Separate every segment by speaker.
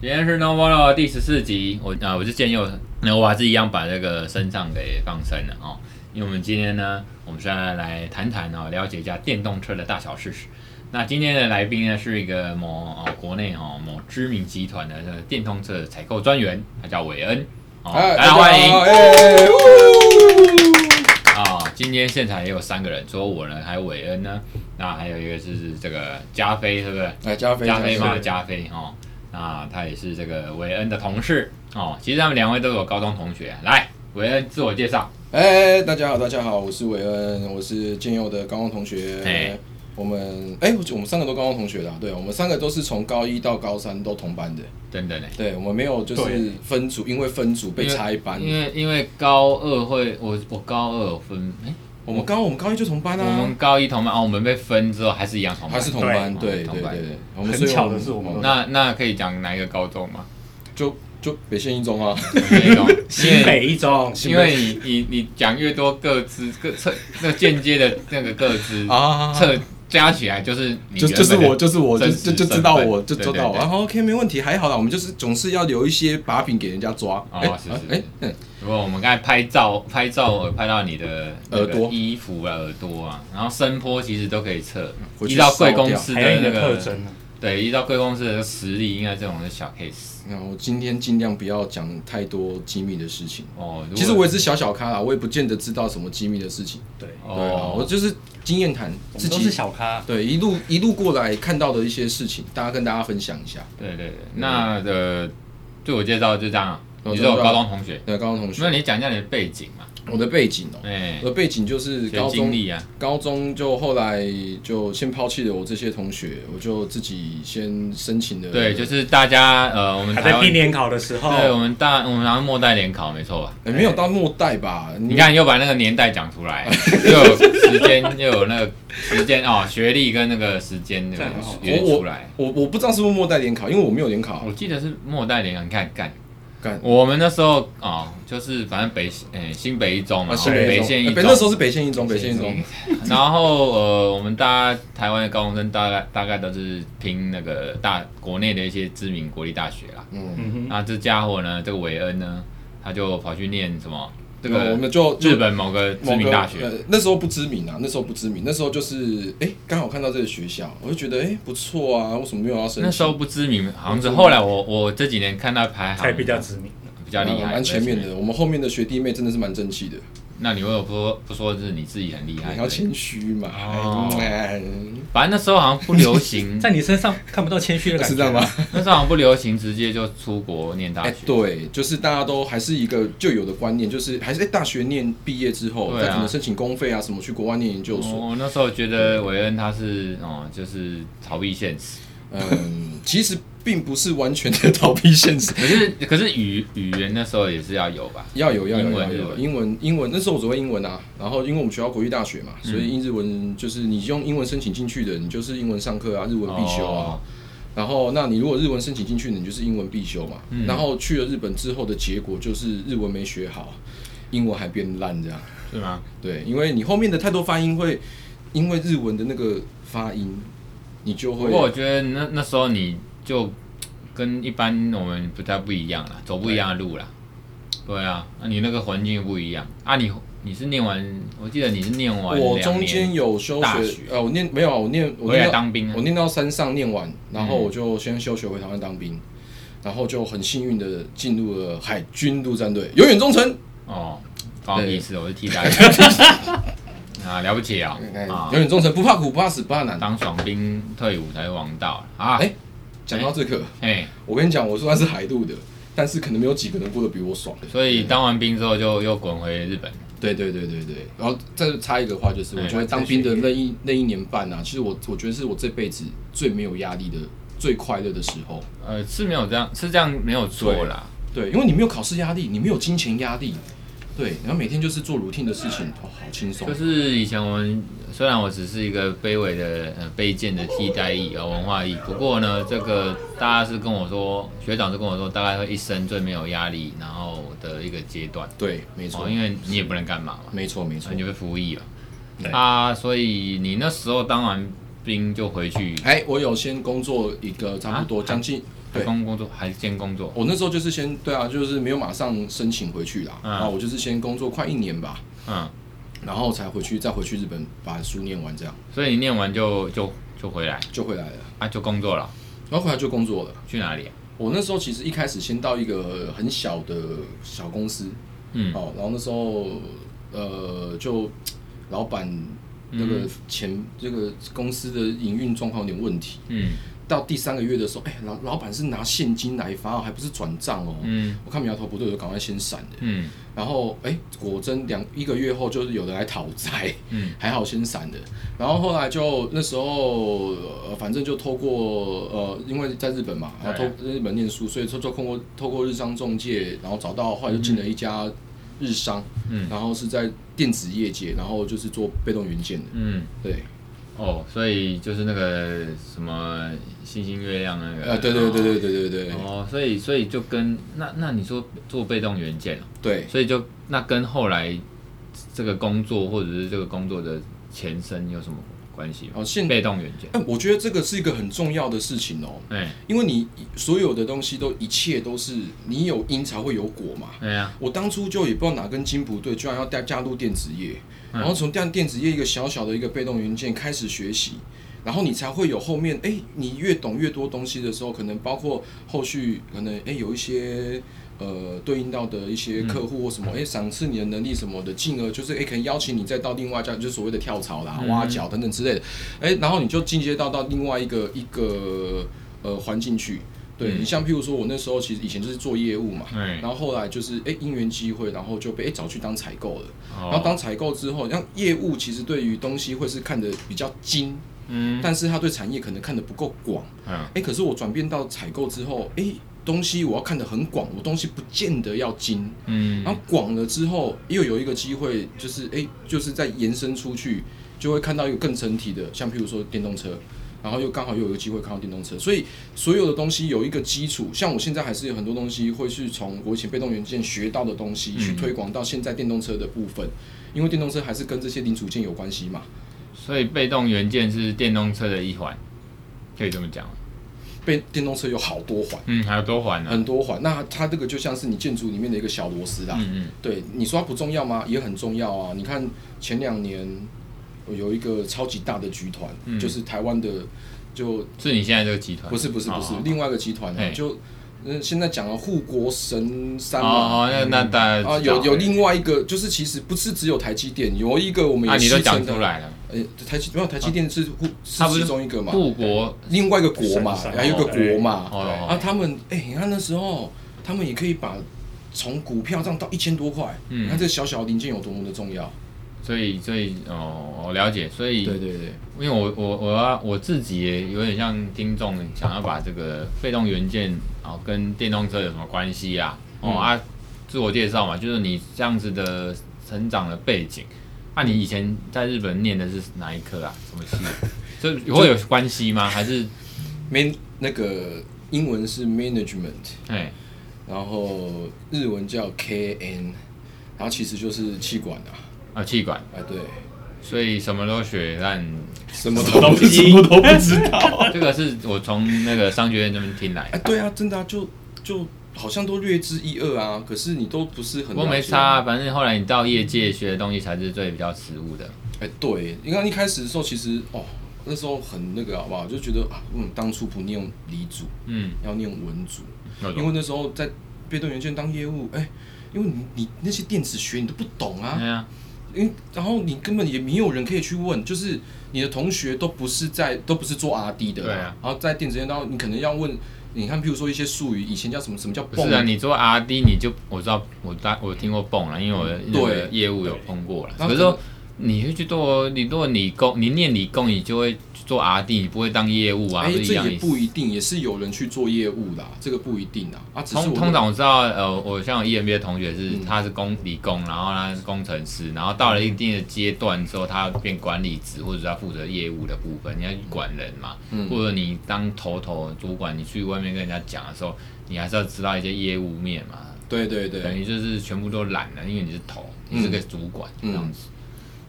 Speaker 1: 天是 Novolo 第十四集，我啊，我是建议我，那我还是一样把这个声场给放声了哦，因为我们今天呢，我们是要来谈谈哦，了解一下电动车的大小事实。那今天的来宾呢，是一个某哦国内哦某知名集团的这个电动车采购专员，他叫韦恩哦，
Speaker 2: 哎
Speaker 1: 大家欢迎
Speaker 2: 好
Speaker 1: 啊、
Speaker 2: 哎
Speaker 1: 哦！今天现场也有三个人，除了我呢，还有韦恩呢，那还有一个是这个加菲，是不是？
Speaker 2: 哎，加菲，
Speaker 1: 加菲嘛，
Speaker 2: 是
Speaker 1: 加菲哦，那他也是这个韦恩的同事哦。其实他们两位都是我高中同学。来，韦恩自我介绍。
Speaker 2: 哎，大家好，大家好，我是韦恩，我是建佑的高中同学。
Speaker 1: 哎
Speaker 2: 我们哎，我我们三个都高中同学的啊、对，我们三个都是从高一到高三都同班的，
Speaker 1: 等等呢，
Speaker 2: 对，我们没有就是
Speaker 3: 对
Speaker 2: 分组，因为分组被拆班。
Speaker 1: 因为因为高二会我我高二有分，哎、
Speaker 2: 我们高我们高一就同班
Speaker 1: 我们
Speaker 2: 啊，
Speaker 1: 高一同班哦，我们被分之后还是一样同
Speaker 2: 还
Speaker 1: 班。
Speaker 2: 是同班，
Speaker 1: 对
Speaker 2: 对对
Speaker 1: 同
Speaker 2: 对
Speaker 1: 班
Speaker 2: 对，我们
Speaker 3: 很
Speaker 2: 所以
Speaker 3: 巧的是我们
Speaker 1: 那那可以讲哪一个高中 吗？
Speaker 2: 就就北县一 中啊，
Speaker 1: 那种
Speaker 3: 新北一中，
Speaker 1: 因为你你你讲越多各自各侧那间接的那个各自
Speaker 2: 啊
Speaker 1: 侧加起来就是你
Speaker 2: 就
Speaker 1: 原
Speaker 2: 就是
Speaker 1: 本的
Speaker 2: 我，就是我，就
Speaker 1: 真实
Speaker 2: 就就
Speaker 1: 身
Speaker 2: 知道
Speaker 1: 份
Speaker 2: 我，就
Speaker 1: 对
Speaker 2: 知
Speaker 1: 对
Speaker 2: 道我。
Speaker 1: 对
Speaker 2: 然后 OK，没问题，还好啦。我们就是总是要留一些把柄给人家抓。
Speaker 1: 哦
Speaker 2: 哎
Speaker 1: 是
Speaker 2: 啊
Speaker 1: 是
Speaker 2: 哎
Speaker 1: 是，
Speaker 2: 嗯
Speaker 1: 如果我们刚才拍照拍照，我拍到你的那个
Speaker 2: 耳朵
Speaker 1: 衣服啊、耳朵啊，然后声波其实都可以测，
Speaker 2: 回去
Speaker 1: 依照
Speaker 2: 烧
Speaker 1: 贵
Speaker 2: 掉
Speaker 1: 公司
Speaker 3: 还有
Speaker 1: 的
Speaker 3: 你
Speaker 1: 那
Speaker 3: 的
Speaker 1: 个
Speaker 3: 特征呢，
Speaker 1: 对，依照贵公司的实力，应该这种是小 case
Speaker 2: 那我今天尽量不要讲太多机密的事情。
Speaker 1: 哦。如
Speaker 2: 其实
Speaker 1: 果
Speaker 2: 我也是小小咖啦，我也不见得知道什么机密的事情。
Speaker 3: 对，
Speaker 2: 对啊，我
Speaker 1: 哦，
Speaker 2: 就是经验谈，
Speaker 3: 我
Speaker 2: 自
Speaker 3: 们都
Speaker 2: 己
Speaker 3: 是小咖，
Speaker 2: 对一路一路过来看到的一些事情，大家跟大家分享一下。
Speaker 1: 对对对，那呃，自我介绍就这样啊，
Speaker 2: 哦
Speaker 1: 你是我高中同学，
Speaker 2: 对，高中同
Speaker 1: 那
Speaker 2: 学，
Speaker 1: 你讲一下你的背景嘛？
Speaker 2: 我的背景哦、
Speaker 1: 哎
Speaker 2: 我，的背景就是
Speaker 1: 学
Speaker 2: 高
Speaker 1: 经
Speaker 2: 中
Speaker 1: 历啊，
Speaker 2: 高中就后来就先抛弃了我这些同学，我就自己先申请了。
Speaker 1: 对，就是大家呃，我们
Speaker 3: 还
Speaker 1: 台
Speaker 3: 在
Speaker 1: 湾
Speaker 3: 拼。联考的时候，
Speaker 1: 对我们大，我们好像末代联考，没错吧？
Speaker 2: 诶、哎没有到末代吧？
Speaker 1: 你看，又把那个年代讲出 来，又有时间，又有那个时间哦，学历跟那个时间有
Speaker 3: 这样很好
Speaker 1: 点出来。
Speaker 2: 哦我我不知道是不是末代联考，因为我没有联考
Speaker 1: 我
Speaker 2: 啊。
Speaker 1: 记得是末代联考，你看干
Speaker 2: 干
Speaker 1: 我们那时候哦，就是反正北诶、新北一中嘛，
Speaker 2: 啊，新
Speaker 3: 北
Speaker 1: 北
Speaker 2: 一中
Speaker 1: 县一
Speaker 2: 诶
Speaker 1: 中，
Speaker 2: 那时候是北县一中，北县一中。
Speaker 1: 然后呃，我们大家台湾的高中生大概大概都是拼那个大国内的一些知名国立大学啦。
Speaker 2: 嗯，
Speaker 3: 嗯哼，
Speaker 1: 那这家伙呢，这个韦恩呢，他就跑去念什么？这
Speaker 2: 那我
Speaker 1: 个
Speaker 2: 们就就
Speaker 1: 日本某个知
Speaker 2: 某
Speaker 1: 名
Speaker 2: 个
Speaker 1: 大学
Speaker 2: 呃，那时候不知名啊，那时候不知名，那时候就是哎，诶刚、好看到这个学校，我就觉得哎、诶不错啊，为什么没有要申请？
Speaker 1: 那时候不知名，好像
Speaker 2: 嗯
Speaker 1: 是后来我我这几年看到排行
Speaker 3: 才比较知名。
Speaker 1: 比较厉害，
Speaker 2: 嗯啊蛮前面。的。我们后面的学弟妹真的是蛮争气的，
Speaker 1: 那你为什么不说不说是你自己很厉害？
Speaker 2: 你要
Speaker 1: 对
Speaker 2: 谦虚嘛。
Speaker 1: 哦
Speaker 2: 哎
Speaker 1: 反正那时候好像不流 行，
Speaker 3: 在你身上看不到谦虚的感觉，
Speaker 2: 是这样吗？？
Speaker 1: 那时候好像不流行直接就出国念大
Speaker 2: 哎、
Speaker 1: 学。
Speaker 2: 对，就是大家都还是一个旧有的观念，就是还是、哎大学念毕业之后，
Speaker 1: 对啊哦
Speaker 2: 再可能申请公费啊什么去国外念研究所。
Speaker 1: 我那时候觉得韦恩他是哦，就是逃避现实，
Speaker 2: 嗯，其实并不是完全的 逃避现实，
Speaker 1: 可是可是语语言那时候也是要有吧？
Speaker 2: 要有要有
Speaker 1: 英
Speaker 2: 要
Speaker 1: 文日
Speaker 2: 有
Speaker 1: 文
Speaker 2: 英文英文，那时候我只会英文啊，然后因为我们学校国立大学嘛，所
Speaker 1: 嗯
Speaker 2: 以英日文就是你用英文申请进去的，你就是英文上课啊，日文必修啊。
Speaker 1: 哦
Speaker 2: 然后，那你如果日文申请进去的，你就是英文必修嘛。
Speaker 1: 嗯
Speaker 2: 然后去了日本之后的结果就是日文没学好，英文还变烂这样。
Speaker 1: 是吗？
Speaker 2: 对，啊因为你后面的太多发音会，因为日文的那个发音，你就
Speaker 1: 不
Speaker 2: 会
Speaker 1: 过我觉得那那时候你就跟一般我们不太不一样啦，走不一样的路啦。对啊，那你那个环境又不一样啊你。你是念完，我记得你是念完
Speaker 2: 我
Speaker 1: 两
Speaker 2: 中间
Speaker 1: 年
Speaker 2: 有休
Speaker 1: 大
Speaker 2: 学
Speaker 1: 学，
Speaker 2: 呃，我念没有啊，我念我
Speaker 1: 回来
Speaker 2: 念到
Speaker 1: 当兵啊
Speaker 2: 我。念到山上念完，然后
Speaker 1: 嗯
Speaker 2: 我就先休学回台湾当兵，然后就很幸运的进入了海军陆战队，永远忠诚，
Speaker 1: 哦，不好意思，我是替代 啊，了不起啊、啊
Speaker 2: 永，远忠诚，不怕苦，不怕死，不怕难。
Speaker 1: 当爽兵退伍才是王道啊！哎
Speaker 2: 哎、讲到这个，
Speaker 1: 哎，
Speaker 2: 我跟你讲，我虽然是海陆的，但是可能没有几个人过得比我爽。
Speaker 1: 所以当完兵之后就又滚回日本。
Speaker 2: 对对对对对，然后再插一个话，就是
Speaker 1: 哎
Speaker 2: 我觉得当兵的那一那一年半啊，其实我我觉得是我这辈子最没有压力的、最快乐的时候。
Speaker 1: 呃，是没有这样，是这样没有错啦。
Speaker 2: 对，因为你没有考试压力，你没有金钱压力，对，然后每天就是做 routine 的事情，哦，好轻松
Speaker 1: 就。是以前我们虽然我只是一个卑微的呃卑贱的替代役呃文化役，不过呢，这个大家是跟我说，学长是跟我说，大概会一生最没有压力，然后的一个阶段。
Speaker 2: 对，没错
Speaker 1: 哦，，因为哎你也不能干嘛嘛。
Speaker 2: 没错，没错
Speaker 1: 你。就被服役了。
Speaker 3: 对
Speaker 1: 啊，所以你那时候当完兵就回去，啊
Speaker 2: 哎，我有先工作一个差不多将近
Speaker 1: 打工工作还是先工作？
Speaker 2: 我那时候就是先对啊，就是没有马上申请回去啦，
Speaker 1: 嗯
Speaker 2: 啊，我就是先工作快一年吧，
Speaker 1: 嗯，
Speaker 2: 然后才回去，再回去日本把书念完，这样
Speaker 1: 所以你念完就就就回来
Speaker 2: 就回来了。
Speaker 1: 啊，就工作了，
Speaker 2: 然后回来就工作了。
Speaker 1: 去哪里啊？
Speaker 2: 我那时候其实一开始先到一个很小的小公司，
Speaker 1: 嗯
Speaker 2: 哦，然后那时候呃，就老板那
Speaker 1: 嗯
Speaker 2: 个前、这个公司的营运状况有点问题。
Speaker 1: 嗯
Speaker 2: 到第三个月的时候，哎、老老板是拿现金来发哦，还不是转账哦。
Speaker 1: 嗯
Speaker 2: 我看苗头不对，我就赶快先闪了。
Speaker 1: 嗯
Speaker 2: 然后哎、果真两一个月后就是有人来讨债，
Speaker 1: 嗯
Speaker 2: 还好先闪的。然后后来就那时候，呃，反正就透过呃，因为在日本嘛，然后透
Speaker 1: 哎
Speaker 2: 日本念书，所以就就通过透过日商中介，然后找到后来就进了一家日商，
Speaker 1: 嗯
Speaker 2: 然后是在电子业界，然后就是做被动元件的，
Speaker 1: 嗯，
Speaker 2: 对，
Speaker 1: 哦，所以就是那个什么星星月亮那个，
Speaker 2: 呃，对对对对对对对
Speaker 1: 哎哦，所以所以就跟那那你说做被动元件哦，
Speaker 2: 对，
Speaker 1: 所以就那跟后来这个工作或者是这个工作的前身有什么关系吗？
Speaker 2: 哦，现。
Speaker 1: 被动元件，
Speaker 2: 但我觉得这个是一个很重要的事情哦，
Speaker 1: 哎
Speaker 2: 因为你所有的东西都一切都是你有因才会有果嘛，
Speaker 1: 哎呀，
Speaker 2: 我当初就也不知道哪根筋不对，居然要加加入电子业，
Speaker 1: 嗯
Speaker 2: 然后从电电子业一个小小的一个被动元件开始学习，然后你才会有后面，哎、你越懂越多东西的时候，可能包括后续可能哎、诶有一些呃对应到的一些客
Speaker 1: 嗯
Speaker 2: 户或什么，哎、赏赐你的能力什么的，进而就是哎、诶可能邀请你再到另外一家，就是所谓的跳槽啦、
Speaker 1: 嗯
Speaker 2: 挖角等等之类的，哎、然后你就进阶到到另外一个一个呃环境去。对
Speaker 1: 嗯
Speaker 2: 你像譬如说，我那时候其实以前就是做业务嘛，
Speaker 1: 哎，
Speaker 2: 然后后来就是哎因缘机会，然后就被哎找去当采购了。
Speaker 1: 然
Speaker 2: 然后当采购之后，像业务其实对于东西会是看得比较精，
Speaker 1: 嗯
Speaker 2: 但是他对产业可能看得不够广。
Speaker 1: 嗯
Speaker 2: 哎，可是我转变到采购之后，哎，东西我要看得很广，我东西不见得要精。
Speaker 1: 嗯
Speaker 2: 然后广了之后，又有一个机会，就是哎，就是在延伸出去，就会看到一个更整体的，像譬如说电动车，然后又刚好又有一个机会看到电动车，所以所有的东西有一个基础。像我现在还是有很多东西会去从我以前被动元件学到的东西
Speaker 1: 嗯
Speaker 2: 去推广到现在电动车的部分，因为电动车还是跟这些零组件有关系嘛。
Speaker 1: 所以被动元件是电动车的一环，可以这么讲。
Speaker 2: 被电动车有好多环，
Speaker 1: 嗯，还有多环呢、
Speaker 2: 很多环，那它这个就像是你建筑里面的一个小螺丝啦。
Speaker 1: 嗯
Speaker 2: 对，你说它不重要吗？也很重要啊！你看前两年有一个超级大的集团，
Speaker 1: 嗯
Speaker 2: 就是台湾的，就是
Speaker 1: 嗯，是你现在这个集团？
Speaker 2: 不是不是不是、
Speaker 1: 哦
Speaker 2: 另外一个集团、啊
Speaker 1: 嘿，
Speaker 2: 就嗯现在讲了护国神山
Speaker 1: 哦
Speaker 2: 嘛。
Speaker 1: 哦，那那大家
Speaker 2: 啊，
Speaker 1: 知道
Speaker 2: 有有另外一个，就是其实不是只有台积电，有一个我们
Speaker 1: 啊，
Speaker 2: 也
Speaker 1: 你都
Speaker 2: 戏
Speaker 1: 讲
Speaker 2: 称的
Speaker 1: 出，来了，
Speaker 2: 呃、台积没有台积电是护、
Speaker 1: 它不
Speaker 2: 是
Speaker 1: 是
Speaker 2: 其中一个嘛，
Speaker 1: 护国
Speaker 2: 另外一个国嘛，
Speaker 3: 神山
Speaker 2: 还有一个国嘛，
Speaker 1: 哦
Speaker 2: 啊，他们哎、你看那时候他们也可以把从股票涨到一千多块，
Speaker 1: 嗯
Speaker 2: 你看这小小的零件有多么的重要。
Speaker 1: 所以所以哦，我了解，所以
Speaker 2: 对对对，
Speaker 1: 因为我我我要我自己也有点像听众，想要把这个被动元件哦跟电动车有什么关系啊？哦、
Speaker 2: 嗯
Speaker 1: 啊，自我介绍嘛，就是你这样子的成长的背景。那、你以前在日本念的是哪一科啊？什 么系？这会有关系吗？还是
Speaker 2: man 那个英文是 management，
Speaker 1: 哎
Speaker 2: 然后日文叫 KN，然后其实就是气管啊，
Speaker 1: 啊气管？
Speaker 2: 哎对，
Speaker 1: 所以什么都学，但
Speaker 2: 什么
Speaker 3: 什么 东西
Speaker 2: 什么都不知 道。
Speaker 1: 这个是我从那个商学院那边听来的，
Speaker 2: 哎对啊，真的啊，就就好像都略知一二啊，可是你都不是
Speaker 1: 不
Speaker 2: 很。
Speaker 1: 过没差、啊，。反正后来你到业界学的东西才是最比较实务的。
Speaker 2: 哎对，你看一开始的时候其实哦。那时候很那个好不好？就觉得啊，嗯，当初不念理组，
Speaker 1: 嗯，
Speaker 2: 要念文组，
Speaker 1: 那种
Speaker 2: 因为那时候在被动元件当业务，哎、因为你你那些电子学你都不懂啊，
Speaker 1: 哎呀，
Speaker 2: 因为然后你根本也没有人可以去问，就是你的同学都不是在都不是做 R D 的，
Speaker 1: 对啊
Speaker 2: 然后在电子业，然后你可能要问，你看，譬如说一些术语，以前叫什么什么叫
Speaker 1: 不
Speaker 2: 泵
Speaker 1: 是啊，你做 R D 你就我知道，我大我听过泵了，因为我的那个
Speaker 2: 对
Speaker 1: 业务有碰过了。
Speaker 2: 然
Speaker 1: 可
Speaker 2: 后
Speaker 1: 是说你会去做，你如果理工，你念理工，你就会去做 R D，你不会当业务啊，
Speaker 2: 哎、
Speaker 1: 不是一
Speaker 2: 这
Speaker 1: 样
Speaker 2: 也
Speaker 1: 意思。
Speaker 2: 不一定，也是有人去做业务啦，这个不一定啊，啊，只是
Speaker 1: 通
Speaker 2: 我
Speaker 1: 通常我知道，呃，我像我 EMBA 同学是，
Speaker 2: 嗯
Speaker 1: 他是工理工，然后他是工程师，然后到了一定的阶段之后，他变管理职或者是他负责业务的部分，你要去管人嘛，
Speaker 2: 嗯
Speaker 1: 或者你当头头主管，你去外面跟人家讲的时候，你还是要知道一些业务面嘛，
Speaker 2: 对对对，
Speaker 1: 等于就是全部都揽了，因为你是头，你是个主管、
Speaker 2: 嗯
Speaker 1: 这样子。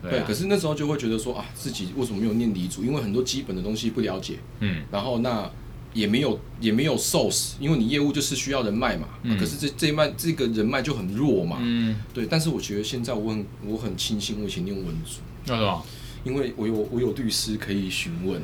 Speaker 2: 对，
Speaker 1: 啊
Speaker 2: 可，是那时候就会觉得说啊，自己为什么没有念理组？因为很多基本的东西不了解，
Speaker 1: 嗯
Speaker 2: 然后那也没有也没有 source，因为你业务就是需要人脉嘛。啊
Speaker 1: 嗯
Speaker 2: 可是这这一脉这个人脉就很弱嘛。
Speaker 1: 嗯，
Speaker 2: 对，但是我觉得现在我很我很庆幸我以前念文组，
Speaker 1: 那什么？
Speaker 2: 因为我有我有律师可以询 问，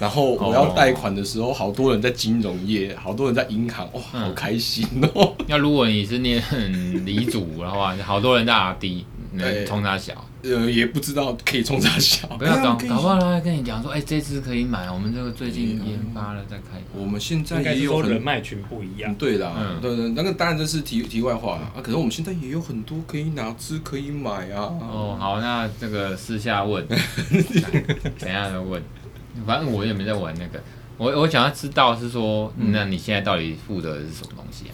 Speaker 2: 然后我要贷款的时候，好多人在金融业，好多人在银行，哇、
Speaker 1: 嗯
Speaker 2: 好开心哦！
Speaker 1: 那如果你是念 理组的话，好多人在 R D，
Speaker 2: 对
Speaker 1: 能冲他小。
Speaker 2: 呃，也不知道可以冲啥小。
Speaker 1: 不要搞
Speaker 3: 可以
Speaker 1: 搞不好他跟你讲说，哎，这支可以买，我们这个最近研发了再开。
Speaker 2: 我们现在
Speaker 3: 应该
Speaker 2: 也
Speaker 3: 是
Speaker 2: 有
Speaker 3: 说人
Speaker 2: 很
Speaker 3: 脉群不一样
Speaker 2: 嗯，对啦，
Speaker 1: 嗯
Speaker 2: 对对，那个当然这是题题外话啦啊。可是我们现在也有很多可以拿资可以买啊。
Speaker 1: 哦，好，那这个私下问，等一下再问。反正我也没在玩那个，我我想要知道是说，那你现在到底负责的是什么东西啊？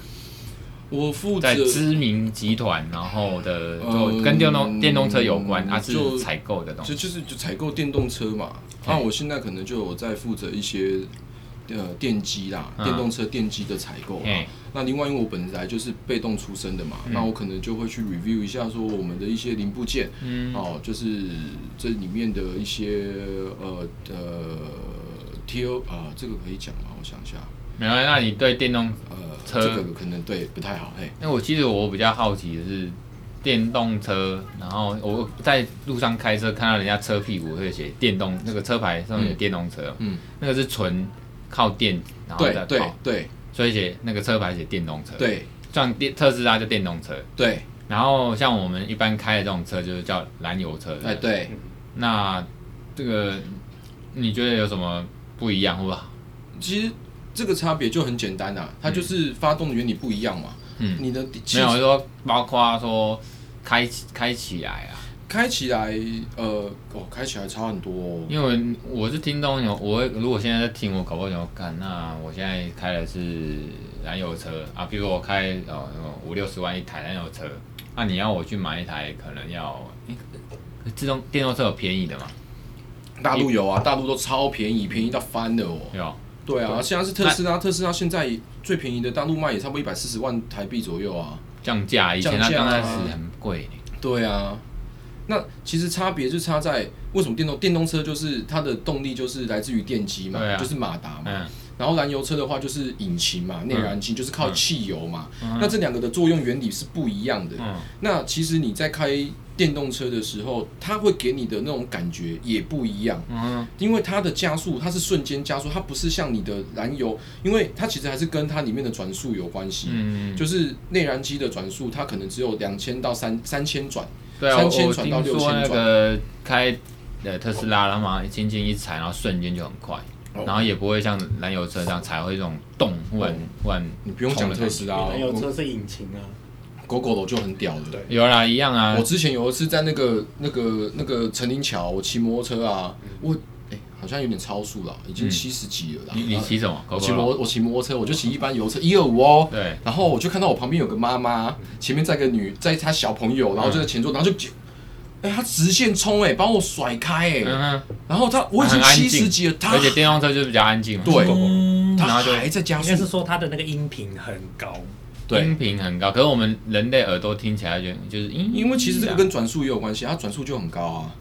Speaker 2: 我负责
Speaker 1: 在知名集团，然后的
Speaker 2: 嗯
Speaker 1: 就跟电动电动车有关，它
Speaker 2: 就是
Speaker 1: 采购的东
Speaker 2: 就
Speaker 1: 西。
Speaker 2: 就是就采购电动车嘛。那、我现在可能就有在负责一些呃电机啦，
Speaker 1: 嗯
Speaker 2: 电动车电机的采购啊。
Speaker 1: 哎，
Speaker 2: 那另外，因为我本来就是被动出身的嘛，那我可能就会去 review 一下说我们的一些零部件，
Speaker 1: 嗯，
Speaker 2: 哦，就是这里面的一些呃呃 T O 啊、这个可以讲吗？我想一下，
Speaker 1: 没有，那你对电动，
Speaker 2: 呃，
Speaker 1: 车
Speaker 2: 这个可能对不太好，嘿，
Speaker 1: 那我记得我比较好奇的是电动车，然后我在路上开车看到人家车屁股会写电动，那个车牌上面有电动车，
Speaker 2: 嗯，
Speaker 1: 那个是纯靠电，然后
Speaker 2: 对
Speaker 1: 再
Speaker 2: 对
Speaker 1: 跑，呃
Speaker 2: 对
Speaker 1: 所以写那个车牌写电动车，，
Speaker 2: 对
Speaker 1: 像电特斯拉就电动车，
Speaker 2: 对，
Speaker 1: 然后像我们一般开的这种车就是叫燃油车，
Speaker 2: 哎对，
Speaker 1: 那这个你觉得有什么不一样，或吧？
Speaker 2: 其实这个差别就很简单啊，它就是发动的原理不一样嘛。
Speaker 1: 嗯
Speaker 2: 你的汽
Speaker 1: 没有说包括说开开起来啊，
Speaker 2: 开起来，呃，哦，开起来差很多哦。
Speaker 1: 因为我是听东有，我会如果现在在听，我搞不好想干。那我现在开的是燃油车啊，比如我开哦五六十万一台燃油车，那、你要我去买一台，可能要、诶自动电动车有便宜的嘛？
Speaker 2: 大陆有啊，大陆都超便宜，便宜到翻了哦。
Speaker 1: 有
Speaker 2: 对啊，现在是特斯拉，特斯拉现在最便宜的大陆卖也差不多一百四十万台币左右啊。
Speaker 1: 降价，以前它
Speaker 2: 降价
Speaker 1: 刚
Speaker 2: 啊
Speaker 1: 开始很贵、
Speaker 2: 对啊，那其实差别就差在为什么电动电动车就是它的动力就是来自于电机嘛，
Speaker 1: 对啊
Speaker 2: 就是马达嘛。
Speaker 1: 嗯，
Speaker 2: 然后燃油车的话就是引擎嘛，内燃机就是靠汽油嘛。
Speaker 1: 嗯
Speaker 2: 那这两个的作用原理是不一样的。
Speaker 1: 嗯
Speaker 2: 那其实你在开电动车的时候，它会给你的那种感觉也不一样，
Speaker 1: 嗯
Speaker 2: 因为它的加速它是瞬间加速，它不是像你的燃油，因为它其实还是跟它里面的转速有关系。
Speaker 1: 嗯，
Speaker 2: 就是内燃机的转速，它可能只有两千到三三千转，
Speaker 1: 对啊，我
Speaker 2: 三千
Speaker 1: 我
Speaker 2: 转到
Speaker 1: 听
Speaker 2: 六
Speaker 1: 说
Speaker 2: 千
Speaker 1: 那
Speaker 2: 转，
Speaker 1: 个开呃特斯拉，然后嘛轻轻一踩，然后瞬间就很快。
Speaker 2: 哦
Speaker 1: 然后也不会像燃油车这样踩会这种动，忽然忽然
Speaker 2: 你不用讲特斯拉
Speaker 3: 燃油
Speaker 2: 哦，
Speaker 3: 车是引擎啊，
Speaker 2: 狗狗的就很屌了。
Speaker 3: 对
Speaker 1: 有啦，一样啊
Speaker 2: 我。之前有一次在那个那个那个陈林桥，我骑摩托车啊，我哎、好像有点超速了，已经
Speaker 1: 嗯
Speaker 2: 七十几了啦。
Speaker 1: 你你
Speaker 2: 啊
Speaker 1: 骑什么？狗狗
Speaker 2: 我骑摩我骑摩托车，我就骑一般油车一二五哦。
Speaker 1: 对，
Speaker 2: 然后我就看到我旁边有个妈妈，
Speaker 1: 嗯
Speaker 2: 前面载个女，载她小朋友，然后就在前座，然后就，哎、她直线冲，哎，把我甩开，哎、
Speaker 1: 嗯哼，
Speaker 2: 然后她我已经
Speaker 1: 很安静
Speaker 2: 七十几了，她
Speaker 1: 而且电动车就是比较安静嘛，
Speaker 2: 对
Speaker 3: 嗯
Speaker 1: 然
Speaker 2: 她
Speaker 1: 后就
Speaker 2: 还在加
Speaker 3: 应
Speaker 2: 速
Speaker 3: 该，是说它的那个音频很高，
Speaker 2: 对
Speaker 1: 音，频很高。可是我们人类耳朵听起来就就是音，
Speaker 2: 因为其
Speaker 1: 嗯
Speaker 2: 实这个跟转速也有关系，它转速就很高啊。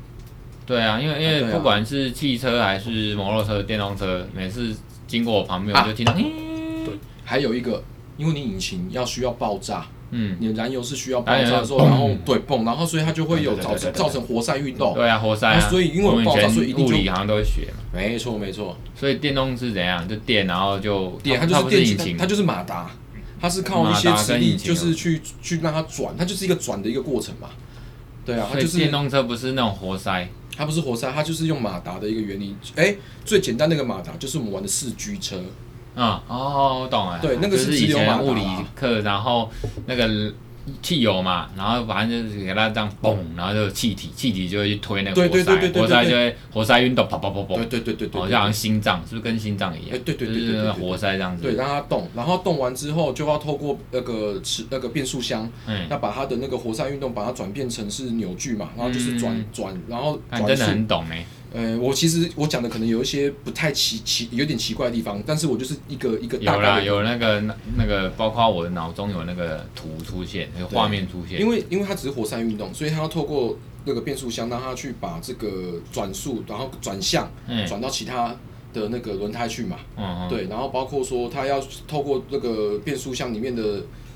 Speaker 1: 对啊，因为因
Speaker 2: 啊对
Speaker 1: 为
Speaker 2: 啊
Speaker 1: 不管是汽车还是摩托车、电动车，每次经过我旁
Speaker 2: 啊
Speaker 1: 边我就听到，嗯
Speaker 2: 还有一个，因为你引擎要需要爆炸，
Speaker 1: 嗯，
Speaker 2: 你的燃油是需要爆炸的时候，
Speaker 1: 燃油嗯
Speaker 2: 然后对蹦，然后所以它就会有
Speaker 1: 对对
Speaker 2: 造
Speaker 1: 对对对
Speaker 2: 造成活塞运动。
Speaker 1: 对啊，活塞啊，
Speaker 2: 啊所以因为有
Speaker 1: 我们以
Speaker 2: 爆炸
Speaker 1: 前
Speaker 2: 所以一定
Speaker 1: 物
Speaker 2: 就
Speaker 1: 理好像都会学嘛，
Speaker 2: 没错没错，
Speaker 1: 所以电动是怎样？就电，然后就
Speaker 2: 点它
Speaker 1: 它
Speaker 2: 就
Speaker 1: 不
Speaker 2: 电
Speaker 1: 是
Speaker 2: 机
Speaker 1: 引，擎，
Speaker 2: 它就是马达，它是靠一些
Speaker 1: 马达
Speaker 2: 磁
Speaker 1: 跟
Speaker 2: 力，
Speaker 1: 引擎
Speaker 2: 就
Speaker 1: 啊
Speaker 2: 是去去让它转，它就是一个转的一个过程嘛。对啊，它
Speaker 1: 所以
Speaker 2: 就
Speaker 1: 电
Speaker 2: 是
Speaker 1: 动车不是那种活塞，
Speaker 2: 它不是活塞，它就是用马达的一个原理。哎，最简单那个马达就是我们玩的四驱车，
Speaker 1: 嗯，哦，我懂了。
Speaker 2: 对那
Speaker 1: 就
Speaker 2: 个
Speaker 1: 是是
Speaker 2: 直
Speaker 1: 以
Speaker 2: 流马达啊
Speaker 1: 前
Speaker 2: 啦
Speaker 1: 物理课，然后那个汽油嘛，然后反正就是给它这样嘣，然后就有气体，气体就会去推那个
Speaker 2: 对
Speaker 1: 活
Speaker 2: 对对
Speaker 1: 塞，
Speaker 2: 对对
Speaker 1: 活塞
Speaker 2: 对
Speaker 1: 就会活塞运动，跑跑跑跑，
Speaker 2: 对对对对对
Speaker 1: 哦，
Speaker 2: 对
Speaker 1: 就好像心脏，是不是跟心脏一样
Speaker 2: 哎？对对对
Speaker 1: 就
Speaker 2: 对
Speaker 1: 是那
Speaker 2: 对
Speaker 1: 个
Speaker 2: 对对
Speaker 1: 活塞这样子。
Speaker 2: 对，让它动，然后动完之后就要透过那个齿那个变速箱，
Speaker 1: 嗯，
Speaker 2: 要把它的那个活塞运动把它转变成是扭矩嘛，然后就是
Speaker 1: 嗯
Speaker 2: 转转，然后
Speaker 1: 看
Speaker 2: 转
Speaker 1: 真的
Speaker 2: 速。
Speaker 1: 很懂哎，
Speaker 2: 呃，我其实我讲的可能有一些不太奇奇，有点奇怪的地方，但是我就是一个一个大
Speaker 1: 有啦，
Speaker 2: 概的，
Speaker 1: 有那个那那个，包括我的脑中有那个图出现，那个画面出现
Speaker 2: 因。为因为它只是活塞运动，所以它要透过那个变速箱让它去把这个转速，然后转向
Speaker 1: 嗯
Speaker 2: 转到其他的那个轮胎去嘛，
Speaker 1: 嗯，嗯，
Speaker 2: 对，然后包括说它要透过那个变速箱里面的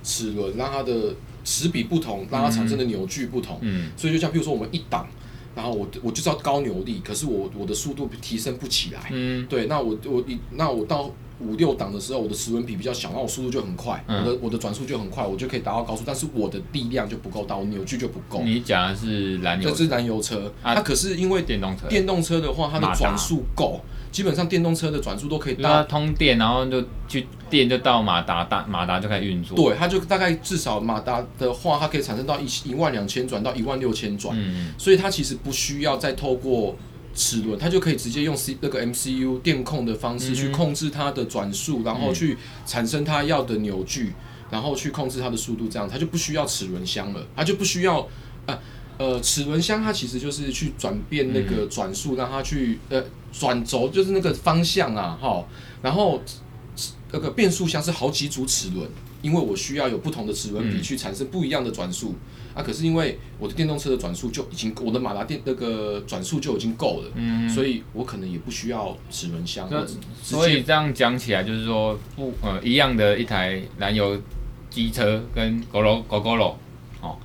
Speaker 2: 齿轮，让它的齿比不同，让它产生的扭矩不同。
Speaker 1: 嗯，
Speaker 2: 所以就像譬如说我们一档，然后我我就知道高扭力，可是我我的速度提升不起来。
Speaker 1: 嗯，
Speaker 2: 对，那我我一那我到五六档的时候，我的齿轮比比较小，那我速度就很快，
Speaker 1: 嗯
Speaker 2: 我的我的转速就很快，我就可以达到高速，但是我的力量就不够大，我扭矩就不够。
Speaker 1: 你讲的是燃油
Speaker 2: 这是燃油车，
Speaker 1: 嗯啊
Speaker 2: 它可是因为
Speaker 1: 电动车，
Speaker 2: 电动车的话，它
Speaker 1: 马
Speaker 2: 的
Speaker 1: 达
Speaker 2: 转速够，基本上电动车的转速都可以
Speaker 1: 就是它
Speaker 2: 到，
Speaker 1: 通电，然后就去电就到马达，大马达就开始运作。，
Speaker 2: 对，它就大概至少马达的话，它可以产生到一一万两千转到一万六千转，
Speaker 1: 嗯，
Speaker 2: 所以它其实不需要再透过齿轮，它就可以直接用 C 那个 MCU 电控的方式去控制它的转速，然后去产生它要的扭矩，然后去控制它的速度，这样它就不需要齿轮箱了，它就不需要呃呃齿轮箱，它其实就是去转变那个转速，让它去呃转轴就是那个方向啊，哈，然后那个变速箱是好几组齿轮，因为我需要有不同的齿轮比去产生不一样的转速、啊。可是因为我的电动车的转速就已经，我的马达电那个转速就已经够了，所以我可能也不需要齿轮箱，
Speaker 1: 所
Speaker 2: 我
Speaker 1: 以
Speaker 2: 只直
Speaker 1: 所以
Speaker 2: 接
Speaker 1: 这样讲起来，就是说不呃一样的一台燃油机车跟狗狗狗狗肉哦，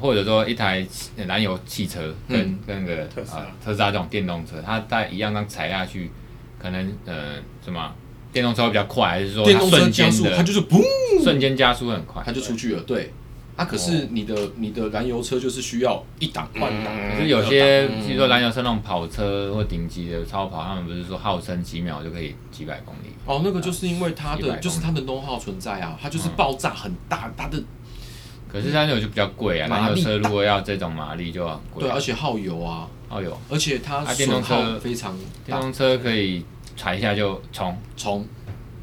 Speaker 1: 或者说一台汽燃油汽车跟、
Speaker 2: 嗯
Speaker 1: 跟那个
Speaker 3: 特斯拉
Speaker 1: 呃、特斯拉这种电动车，它在一样刚踩下去，可能呃什么电动车会比较快，还是说
Speaker 2: 电
Speaker 1: 它
Speaker 2: 动车
Speaker 1: 瞬
Speaker 2: 加
Speaker 1: 间
Speaker 2: 速，它
Speaker 1: 的
Speaker 2: 就是嘣，
Speaker 1: 瞬间加速会很快
Speaker 2: 它？就出去了。对，啊，可
Speaker 1: 哦
Speaker 2: 是你的、你的燃油车就是需要一档换挡，
Speaker 1: 可是有些，
Speaker 2: 嗯
Speaker 1: 比如说燃油车那种跑车或顶级的超跑，他们不是说号称几秒就可以几百公里？
Speaker 2: 哦，那个就是因为它
Speaker 1: 100公
Speaker 2: 的
Speaker 1: 里
Speaker 2: 就是它的 know how 存在啊，它就是
Speaker 1: 嗯啊
Speaker 2: 爆炸很大，它的
Speaker 1: 可是它那种就比较贵啊，
Speaker 2: 马
Speaker 1: 燃油
Speaker 2: 力
Speaker 1: 车如果要这种马力就很贵。
Speaker 2: 对，而且耗油啊，
Speaker 1: 哦有，
Speaker 2: 而且它
Speaker 1: 啊电动
Speaker 2: 损
Speaker 1: 车
Speaker 2: 耗非常
Speaker 1: 电
Speaker 2: 大，
Speaker 1: 动车可以踩一下就冲。
Speaker 2: 冲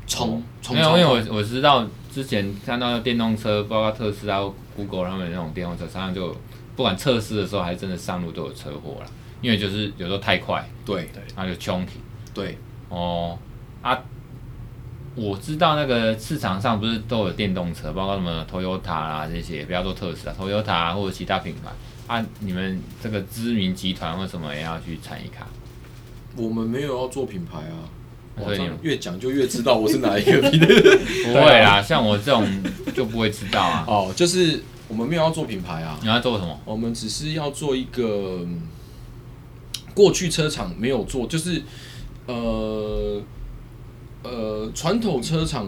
Speaker 2: 冲冲
Speaker 1: 没有，因
Speaker 2: 冲
Speaker 1: 为我我知道之前看到电动车，包括特斯拉、Google 他们那种电动车，常常就不管测试的时候，还真的上路都有车祸了，因为就是有时候太快，
Speaker 2: 对
Speaker 1: 它就冲起。
Speaker 2: 对，
Speaker 1: 哦啊，我知道那个市场上不是都有电动车，包括什么 Toyota 啊这些，不要说特斯拉，Toyota 啊或者其他品牌啊，你们这个知名集团为什么也要去参与卡？
Speaker 2: 我们没有要做品牌啊。哇，
Speaker 1: 所以
Speaker 2: 这
Speaker 1: 你
Speaker 2: 样
Speaker 1: 们
Speaker 2: 越讲就越知道我是哪一 个啊品牌
Speaker 1: 不会啊啦，像我这种就不会知道啊。
Speaker 2: 哦，就是我们没有要做品牌啊，
Speaker 1: 你要做什么？
Speaker 2: 我们只是要做一个嗯过去车厂没有做，就是呃呃传统车厂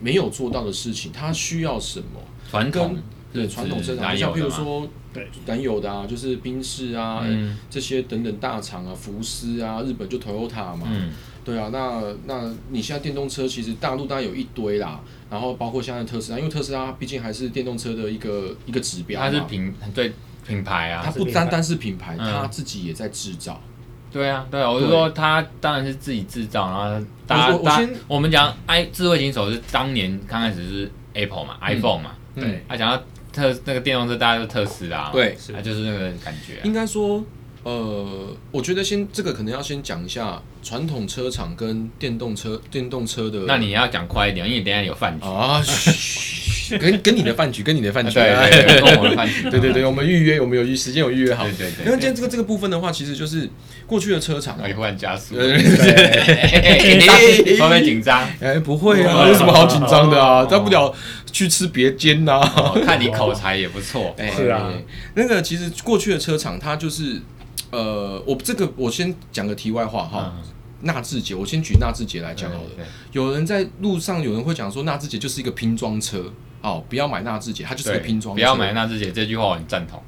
Speaker 2: 没有做到的事情，它需要什么？
Speaker 1: 传统
Speaker 2: 对传统车
Speaker 1: 是
Speaker 2: 厂，
Speaker 1: 燃
Speaker 2: 就像
Speaker 1: 油
Speaker 2: 譬如
Speaker 1: 的嘛？
Speaker 2: 说
Speaker 3: 对
Speaker 2: 燃油的啊，就是宾士啊、
Speaker 1: 嗯
Speaker 2: 这些等等大厂啊，福斯啊，日本就 Toyota 嘛，
Speaker 1: 嗯
Speaker 2: 对啊，那那你现在电动车其实大陆当然有一堆啦，然后包括现在特斯拉，因为特斯拉毕竟还是电动车的一个一个指标嘛
Speaker 1: 它是品对品牌
Speaker 2: 它
Speaker 1: 啊，
Speaker 2: 不单单是品牌，
Speaker 1: 嗯
Speaker 2: 它自己也在制造。
Speaker 1: 对啊，对啊，我是
Speaker 2: 对
Speaker 1: 说它当然是自己制造，然后大家
Speaker 2: 我我
Speaker 1: 大家
Speaker 2: 先
Speaker 1: 我们讲 i 智慧型手是当年刚开始是 Apple 嘛，iPhone
Speaker 2: 嗯
Speaker 1: 嘛，
Speaker 3: 对
Speaker 1: 啊，讲到特那个电动车，大家都特斯拉嘛，
Speaker 2: 对
Speaker 3: 是
Speaker 1: 啊，就是那个感觉啊、
Speaker 2: 应该说，呃，我觉得先这个可能要先讲一下传统车厂跟电动车电动车的。
Speaker 1: 那你要讲快一点，因为你等一下有饭局，
Speaker 2: 啊，嘘 跟跟你的饭局，跟你的饭
Speaker 1: 啊
Speaker 2: 局，哎
Speaker 1: 对对 对，跟我的饭局，
Speaker 2: 对对对，我们预约，我们有预时间有预约好。
Speaker 1: 对对对
Speaker 2: 因为今天这个这个部分的话，其实就是过去的车厂
Speaker 1: 然后，你忽然加速，
Speaker 2: 呃
Speaker 1: 哎哎 哎会不会紧 张？
Speaker 2: 哎，不会
Speaker 3: 不
Speaker 2: 啊，
Speaker 3: 会啊
Speaker 2: 有什么好紧张的啊？
Speaker 1: 哦
Speaker 2: 大不了去吃别间呐。
Speaker 1: 哦看你口才也不错，哦
Speaker 2: 哎
Speaker 3: 是啊
Speaker 2: 那个其实过去的车厂，它就是呃，我这个我先讲个题外话哈。
Speaker 1: 嗯
Speaker 2: 纳智捷，我先举纳智捷来哦讲好了。
Speaker 1: 对对
Speaker 2: 有人在路上有人会讲说，纳智捷就是一个拼装车，哦，不要买纳智捷，它就是个
Speaker 1: 对
Speaker 2: 拼装车。
Speaker 1: 不要买纳智捷这句话我很赞同，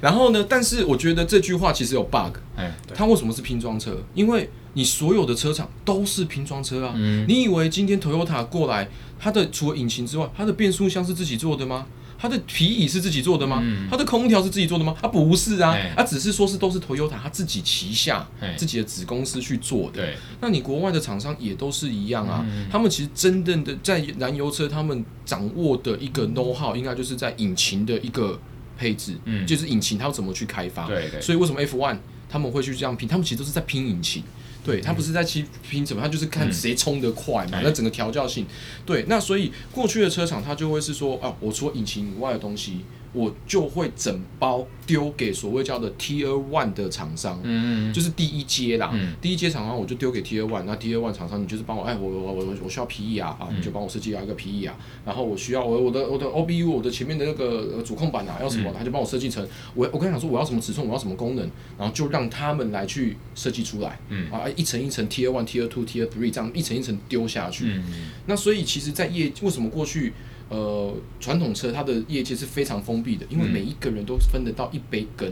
Speaker 2: 然后呢，但是我觉得这句话其实有 bug，
Speaker 1: 哎，
Speaker 2: 它为什么是拼装车？因为你所有的车厂都是拼装车啊。
Speaker 1: 嗯
Speaker 2: 你以为今天 Toyota 过来，它的除了引擎之外，它的变速箱是自己做的吗？它的皮椅是自己做的吗？
Speaker 1: 嗯
Speaker 2: 它的空调是自己做的吗？啊，不是啊
Speaker 1: 哎，
Speaker 2: 它、只是说是都是 Toyota 它自己旗下
Speaker 1: 哎
Speaker 2: 自己的子公司去做的。
Speaker 1: 对，
Speaker 2: 那你国外的厂商也都是一样啊，
Speaker 1: 嗯
Speaker 2: 他们其实真正的在燃油车，他们掌握的一个 know how 应该就是在引擎的一个配置，
Speaker 1: 嗯
Speaker 2: 就是引擎它要怎么去开发。
Speaker 1: 对对
Speaker 2: 所以为什么 F one 他们会去这样拼？他们其实都是在拼引擎。对他不是在去拼什么，他就是看谁冲得快嘛，
Speaker 1: 嗯哎
Speaker 2: 那整个调教性。对，那所以过去的车厂它就会是说啊，我除了引擎以外的东西，我就会整包丢给所谓叫的 Tier One 的厂商。
Speaker 1: 嗯嗯
Speaker 2: 就是第一阶啦，
Speaker 1: 嗯
Speaker 2: 第一阶厂商我就丢给 T 二 one，那 T 二 one 厂商你就是帮我，哎，我我我我我需要 PE 啊，
Speaker 1: 嗯
Speaker 2: 啊，你就帮我设计到一个 PE 啊，然后我需要我我的我的 OBU，我的前面的那个呃主控板啊，要什
Speaker 1: 嗯
Speaker 2: 么，他就帮我设计成，我我跟他讲说我要什么尺寸，我要什么功能，然后就让他们来去设计出来，
Speaker 1: 嗯
Speaker 2: 啊，一层一层 T 二 one、T 二 two、T 二 three 这样一层一层丢下去，
Speaker 1: 嗯嗯
Speaker 2: 那所以其实，在业为什么过去呃传统车它的业界是非常封闭的，因为
Speaker 1: 嗯
Speaker 2: 每一个人都分得到一杯羹，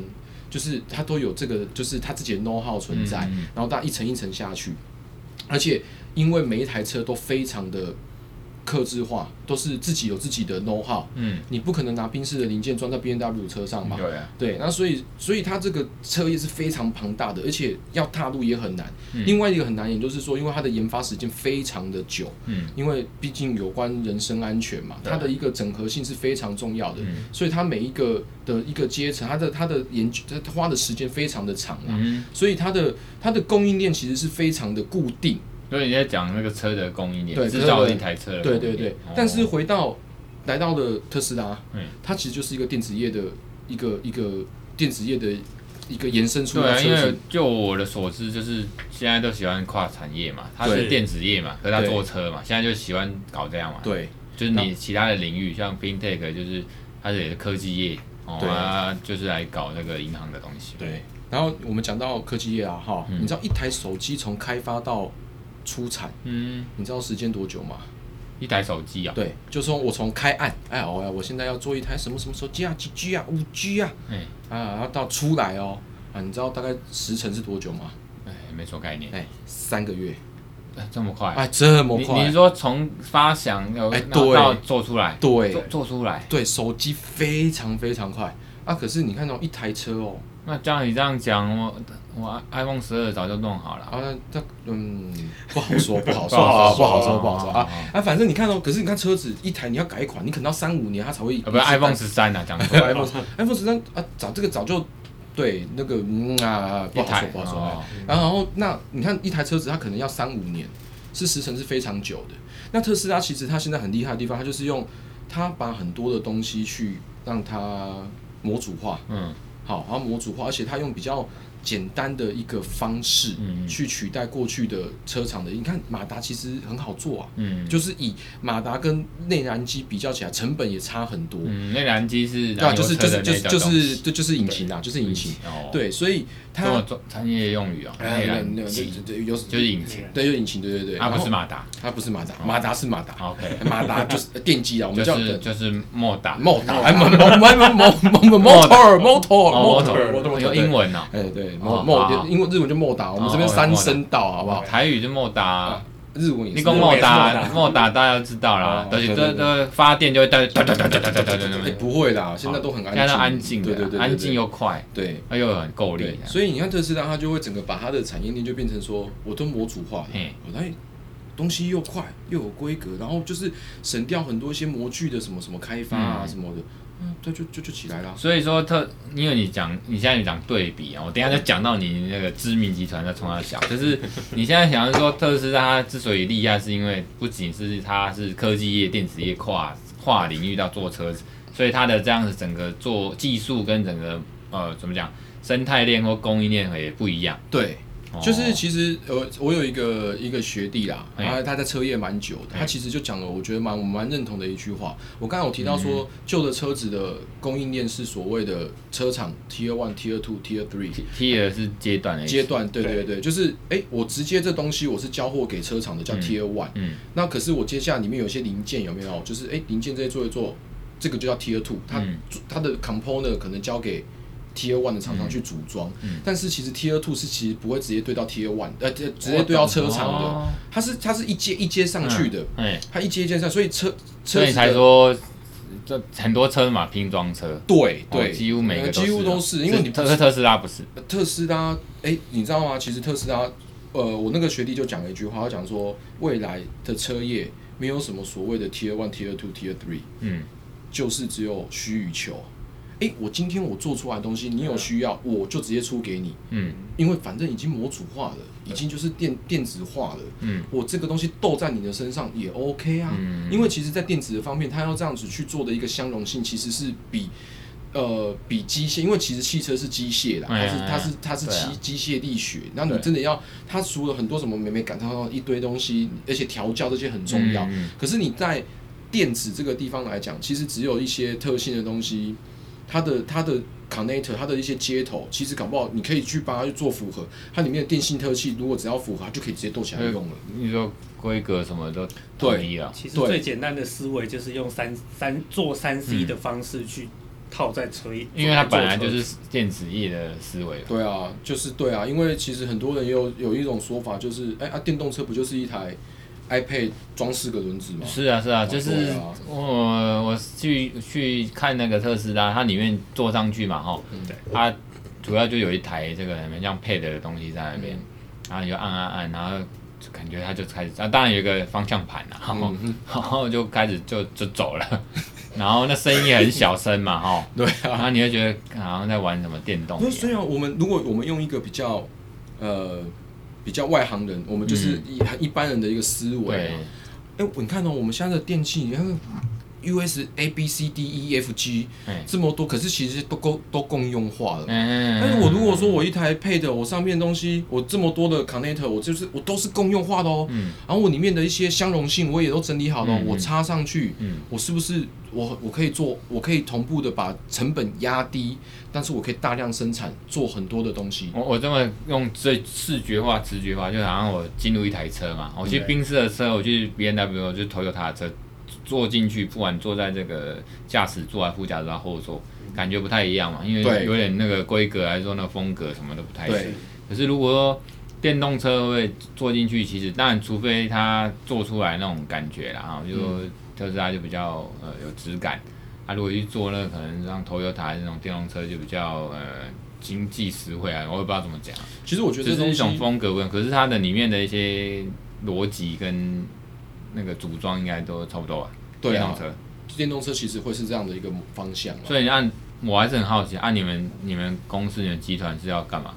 Speaker 2: 就是他都有这个，就是他自己的 know how 存在，
Speaker 1: 嗯嗯
Speaker 2: 然后大家一层一层下去，而且因为每一台车都非常的克制化，都是自己有自己的 know how，
Speaker 1: 嗯，
Speaker 2: 你不可能拿宾士的零件装在 B N W 车上吧？
Speaker 1: 对啊，
Speaker 2: 对，那所以所以它这个车业是非常庞大的，而且要踏入也很难。
Speaker 1: 嗯
Speaker 2: 另外一个很难，也就是说，因为它的研发时间非常的久，
Speaker 1: 嗯
Speaker 2: 因为毕竟有关人身安全嘛，
Speaker 1: 对
Speaker 2: 它的一个整合性是非常重要的，
Speaker 1: 嗯
Speaker 2: 所以它每一个的一个阶层，它的它的研究，它花的时间非常的长啊，
Speaker 1: 嗯，
Speaker 2: 所以它的它的供应链其实是非常的固定，
Speaker 1: 所以你在讲那个车的供应链，
Speaker 2: 对
Speaker 1: 制造一台车的供
Speaker 2: 对
Speaker 1: 应链
Speaker 2: 对对
Speaker 1: 哦。
Speaker 2: 但是回到来到了特斯拉
Speaker 1: 嗯，
Speaker 2: 它其实就是一个电子业的一个一个电子业的一个延伸出
Speaker 1: 对
Speaker 2: 来
Speaker 1: 啊，
Speaker 2: 的
Speaker 1: 因
Speaker 2: 车
Speaker 1: 为
Speaker 2: 型，
Speaker 1: 就我的所知，就是现在都喜欢跨产业嘛，它
Speaker 2: 对
Speaker 1: 是电子业嘛，可是它
Speaker 2: 对
Speaker 1: 做车嘛，现在就喜欢搞这样嘛。
Speaker 2: 对
Speaker 1: 就是你其他的领域，像 FinTech 就是它也是科技业，哦，
Speaker 2: 对啊
Speaker 1: 它就是来搞那个银行的东西。
Speaker 2: 对。然后我们讲到科技业啊，哈，
Speaker 1: 嗯
Speaker 2: 你知道一台手机从开发到出产，
Speaker 1: 嗯，
Speaker 2: 你知道时间多久吗？
Speaker 1: 一台手机啊，
Speaker 2: 对，就说我从开案，哎，我我现在要做一台什么什么手机啊，几 G 啊，五 G 啊，
Speaker 1: 哎
Speaker 2: 啊，然后到出来哦，啊，你知道大概时程是多久吗？
Speaker 1: 哎，没什么概念，
Speaker 2: 哎，三个月，
Speaker 1: 哎这么快？
Speaker 2: 哎，这么
Speaker 1: 你
Speaker 2: 快，
Speaker 1: 你是说从发想要
Speaker 2: 哎
Speaker 1: 到
Speaker 2: 对
Speaker 1: 到做出来，做
Speaker 2: 对
Speaker 1: 做出来，
Speaker 2: 对，手机非常非常快啊，可是你看到一台车哦，
Speaker 1: 那这样你这样讲，我我 iPhone 十二早就弄好了。
Speaker 2: 啊，那那嗯，不好说，不好 说，
Speaker 1: 不好说
Speaker 2: 不好
Speaker 1: 不好说
Speaker 2: 说，不好说啊
Speaker 1: 好好
Speaker 2: 啊，反正你看哦，可是你看车子一台，你要改一款，你可能要三五年它才会，
Speaker 1: 啊，不是 iPhone 十三啊，讲错了
Speaker 2: iPhone iPhone 十三啊，早这个早就对那个嗯啊，不
Speaker 1: 一
Speaker 2: 好
Speaker 1: 台
Speaker 2: 说，不好说。
Speaker 1: 哦
Speaker 2: 然后那你看一台车子，它可能要三五年，是时程是非常久的。那特斯拉其实它现在很厉害的地方，它就是用它把很多的东西去让它模组化，
Speaker 1: 嗯
Speaker 2: 好，然后模组化，而且它用比较简单的一个方式
Speaker 1: 嗯
Speaker 2: 去取代过去的车厂的。你看马达其实很好做啊，
Speaker 1: 嗯，
Speaker 2: 就是以马达跟内燃机比较起来，成本也差很多。
Speaker 1: 嗯，内燃机是
Speaker 2: 对啊，
Speaker 1: 燃油
Speaker 2: 就是就
Speaker 1: 车
Speaker 2: 是
Speaker 1: 的
Speaker 2: 就
Speaker 1: 那
Speaker 2: 是
Speaker 1: 种
Speaker 2: 就
Speaker 1: 东
Speaker 2: 是
Speaker 1: 西
Speaker 2: 就就是引擎啊，就是引擎。，
Speaker 1: 哦，
Speaker 2: 对，所以
Speaker 1: 这么
Speaker 2: 它
Speaker 1: 专专业用语哦，内
Speaker 2: 哎，
Speaker 1: 燃
Speaker 2: 那那
Speaker 1: 机
Speaker 2: 对对有
Speaker 1: 就是引擎，
Speaker 2: 对，就是引擎，对对对。
Speaker 1: 它
Speaker 2: 然
Speaker 1: 不
Speaker 2: 后
Speaker 1: 是马达哦
Speaker 2: 它不是马达，马达是马达，
Speaker 1: ，OK，
Speaker 2: 马达就是呃电机啊，我们
Speaker 1: 就
Speaker 2: 叫
Speaker 1: 是就是莫达
Speaker 2: 莫达，哎，莫莫莫莫莫莫 motor motor motor
Speaker 1: 有英。文哦，
Speaker 2: 对哎，对，
Speaker 1: 哦
Speaker 2: 莫
Speaker 1: 好
Speaker 2: 莫
Speaker 1: 好
Speaker 2: 英文日文就莫达，我们这边
Speaker 1: 哦
Speaker 2: 三
Speaker 1: 莫达
Speaker 2: 声道，好不好？
Speaker 1: 台语是莫达，
Speaker 2: 日文也
Speaker 1: 你
Speaker 2: 是。
Speaker 1: 讲
Speaker 3: 莫
Speaker 1: 莫
Speaker 3: 我也
Speaker 1: 达
Speaker 3: 是
Speaker 1: 莫达大家都知道啦
Speaker 2: 哦，
Speaker 1: 而且
Speaker 2: 对
Speaker 1: 这
Speaker 2: 对对
Speaker 1: 这发电就会带哒哒哒哒哒哒哒哒
Speaker 2: 哎，
Speaker 1: 哒，
Speaker 2: 不会啦，现在都很安
Speaker 1: 现在
Speaker 2: 静，
Speaker 1: 都安静
Speaker 2: 对对
Speaker 1: 的，
Speaker 2: 对，
Speaker 1: 安静
Speaker 2: 又
Speaker 1: 又快，
Speaker 2: 对。
Speaker 1: 啊又很够力
Speaker 2: 对，，所以你看特斯拉，它就会整个把它的产业链就变成说，我都模组化了
Speaker 1: 嘿，
Speaker 2: 我来哎东西又快又有规格，然后就是省掉很多一些模具的什么什么开发啊
Speaker 1: 嗯
Speaker 2: 什么的，嗯，对，就就就起来了。
Speaker 1: 所以说特，因为你讲你现在你讲对比啊，我等一下就讲到你那个知名集团在冲他小，就是 你现在想要说特斯拉之所以厉害，是因为不仅是它是科技业、电子业跨跨领域到做车子，所以它的这样子整个做技术跟整个呃怎么讲生态链或供应链也不一样，
Speaker 2: 对，
Speaker 1: 哦
Speaker 2: 就是其实呃，我有一个一个学弟啦，
Speaker 1: 嘿
Speaker 2: 他他在车业蛮久的，
Speaker 1: 嘿
Speaker 2: 他其实就讲了，我觉得蛮我蛮认同的一句话。我刚才有提到说，旧的车子的供应链是所谓的车厂 Tier One、Tier Two、Tier Three。
Speaker 1: tier 是阶段的意思
Speaker 2: 阶，段，对对
Speaker 3: 对
Speaker 2: 对，就是哎、诶我直接这东西我是交货给车厂的，叫
Speaker 1: 嗯
Speaker 2: Tier One、
Speaker 1: 嗯
Speaker 2: 那可是我接下来里面有一些零件有没有？就是哎、诶零件这些做一做，这个就叫 Tier Two，它、
Speaker 1: 嗯
Speaker 2: 它的 component 可能交给 Tier One 的厂商去组装、
Speaker 1: 嗯
Speaker 2: 但是其实 Tier Two 是其实不会直接对到 Tier One，呃，直直接对到车厂的、
Speaker 1: 哦
Speaker 2: 它是它是一阶一阶上去的，
Speaker 1: 哎，
Speaker 2: 它一阶一阶上，所以车
Speaker 1: 所
Speaker 2: 车子
Speaker 1: 以
Speaker 2: 的
Speaker 1: 才说这很多车嘛拼装车。
Speaker 2: 对对、
Speaker 1: 哦几乎每个
Speaker 2: 呃
Speaker 1: 都
Speaker 2: 几乎
Speaker 1: 啊
Speaker 2: 都是，因为你不
Speaker 1: 特特斯拉不是，
Speaker 2: 特斯拉，哎、你知道吗？其实特斯拉，呃，我那个学弟就讲了一句话，他讲说未来的车业没有什么所谓的 Tier One、Tier Two、Tier Three，
Speaker 1: 嗯，
Speaker 2: 就是只有需与求。哎、我今天我做出来的东西，你有需要，我就直接出给你，
Speaker 1: 嗯
Speaker 2: 因为反正已经模组化了，已经就是电电子化了。
Speaker 1: 嗯
Speaker 2: 我这个东西斗在你的身上也 OK 啊，
Speaker 1: 嗯
Speaker 2: 因为其实，在电子的方面，它要这样子去做的一个相容性，其实是比呃，比机械，因为其实汽车是机械啦，它
Speaker 1: 哎
Speaker 2: 是它是它是
Speaker 1: 对啊
Speaker 2: 机机械力学，那你
Speaker 1: 对
Speaker 2: 真的要它除了很多什么美美感，它要一堆东西，而且调教这些很重要。
Speaker 1: 嗯
Speaker 2: 可是你在电子这个地方来讲，其实只有一些特性的东西，它的它的 connector，它的一些接头，其实搞不好你可以去帮它去做符合，它里面的电信特器如果只要符合，它就可以直接斗起来
Speaker 1: 嗯
Speaker 2: 用了。
Speaker 1: 你说规格什么都统一了，
Speaker 3: 其实
Speaker 2: 对
Speaker 3: 最简单的思维就是用三三做三 C 的方式去套在车，
Speaker 1: 因为它本来
Speaker 3: 做
Speaker 1: 就
Speaker 3: 车
Speaker 1: 是电子业的思维嘛。
Speaker 2: 对啊，就是对啊，因为其实很多人也有有一种说法，就是哎、啊，电动车不就是一台 iPad 装四个轮子吗？
Speaker 1: 是啊，是啊，
Speaker 2: 哦
Speaker 1: 就是
Speaker 2: 对啊
Speaker 1: 我我去去看那个特斯拉，它里面坐上去嘛，哈，
Speaker 3: 对，
Speaker 2: 嗯
Speaker 1: 它主要就有一台这个很像配的东西在那
Speaker 2: 嗯
Speaker 1: 边，然后你就按按按，然后就感觉它就开始，啊，当然有一个方向盘啊啦，然后、
Speaker 2: 嗯哼
Speaker 1: 然后就开始就就走了， 然后那声音也很小声嘛，哈，
Speaker 2: 对
Speaker 1: 然
Speaker 2: 啊。
Speaker 1: 后你会觉得好像在玩什么电动一
Speaker 2: 不是，
Speaker 1: 样，
Speaker 2: 虽然我们如果我们用一个比较呃比较外行人，我们就是一、一般人的一个思
Speaker 1: 嗯
Speaker 2: 维、
Speaker 1: 对
Speaker 2: 啊。，哎、你看哦，我们现在的电器，你看 US A B C D E F G
Speaker 1: 哎
Speaker 2: 这么多，可是其实都共都共用化了。
Speaker 1: 嗯，
Speaker 2: 但是啊我如果说我一台配的，我上面的东西，我这么多的 connector，我就是我都是共用化的哦。
Speaker 1: 嗯
Speaker 2: 然后我里面的一些相容性我也都整理好了，哦
Speaker 1: 嗯嗯
Speaker 2: 我插上去，
Speaker 1: 嗯
Speaker 2: 我是不是我我可以做，我可以同步的把成本压低，但是我可以大量生产，做很多的东西。
Speaker 1: 我我这么用最视觉化、直觉化，就好像我进入一台车嘛，我去
Speaker 3: 对
Speaker 1: 宾士的车，我去 B N W，我去 Toyota 的车，坐进去，不管坐在这个驾驶座啊、副驾驶啊、后座，感觉不太一样嘛，因为
Speaker 2: 对
Speaker 1: 有点那个规格还是说那个风格什么都不太一样
Speaker 2: 对。
Speaker 1: 可哎是如果说电动车会坐进去，其实当然除非它做出来那种感觉啦，哈，
Speaker 2: 嗯
Speaker 1: 就说特斯拉就比较呃有质感。啊，如果去做那个可能像 Toyota 这种电动车就比较呃经济实惠啊，我也不知道怎么讲啊，
Speaker 2: 其实我觉得
Speaker 1: 只
Speaker 2: 这
Speaker 1: 是
Speaker 2: 东
Speaker 1: 一种
Speaker 2: 西，
Speaker 1: 风格问，可是它的里面的一些逻辑跟那个组装应该都差不多吧？
Speaker 2: 对
Speaker 1: 电
Speaker 2: 啊
Speaker 1: 动，车，
Speaker 2: 电动车其实会是这样的一个方向啊。
Speaker 1: 所以按我还是很好奇，按、你们你们公司你们集团是要干嘛？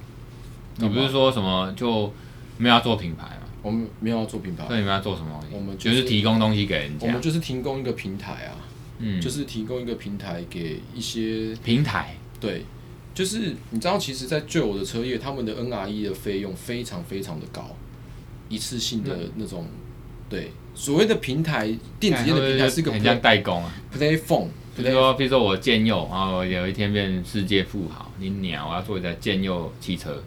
Speaker 1: 你不是说什么就没有要做品牌嘛？
Speaker 2: 我们没有要做品牌
Speaker 1: 所，以你们要做什么东西？
Speaker 2: 啊我们就
Speaker 1: 就是是提供东西给人
Speaker 2: 我
Speaker 1: 家
Speaker 2: 们，就是提供一个平台啊，
Speaker 1: 嗯，
Speaker 2: 就是提供一个平台给一些
Speaker 1: 平台，
Speaker 2: 对，就是你知道，其实，在旧有的车业，他们的 NRE 的费用非常非常的高，一次性的那种，对，所谓的平台，电子业的
Speaker 1: 哎
Speaker 2: 平台是一个
Speaker 1: 很像
Speaker 2: pla-
Speaker 1: 代工啊。
Speaker 2: platform，
Speaker 1: 比如说，比如说我建佑，然后我有一天变世界富豪，你鸟，我要做一台建佑汽车，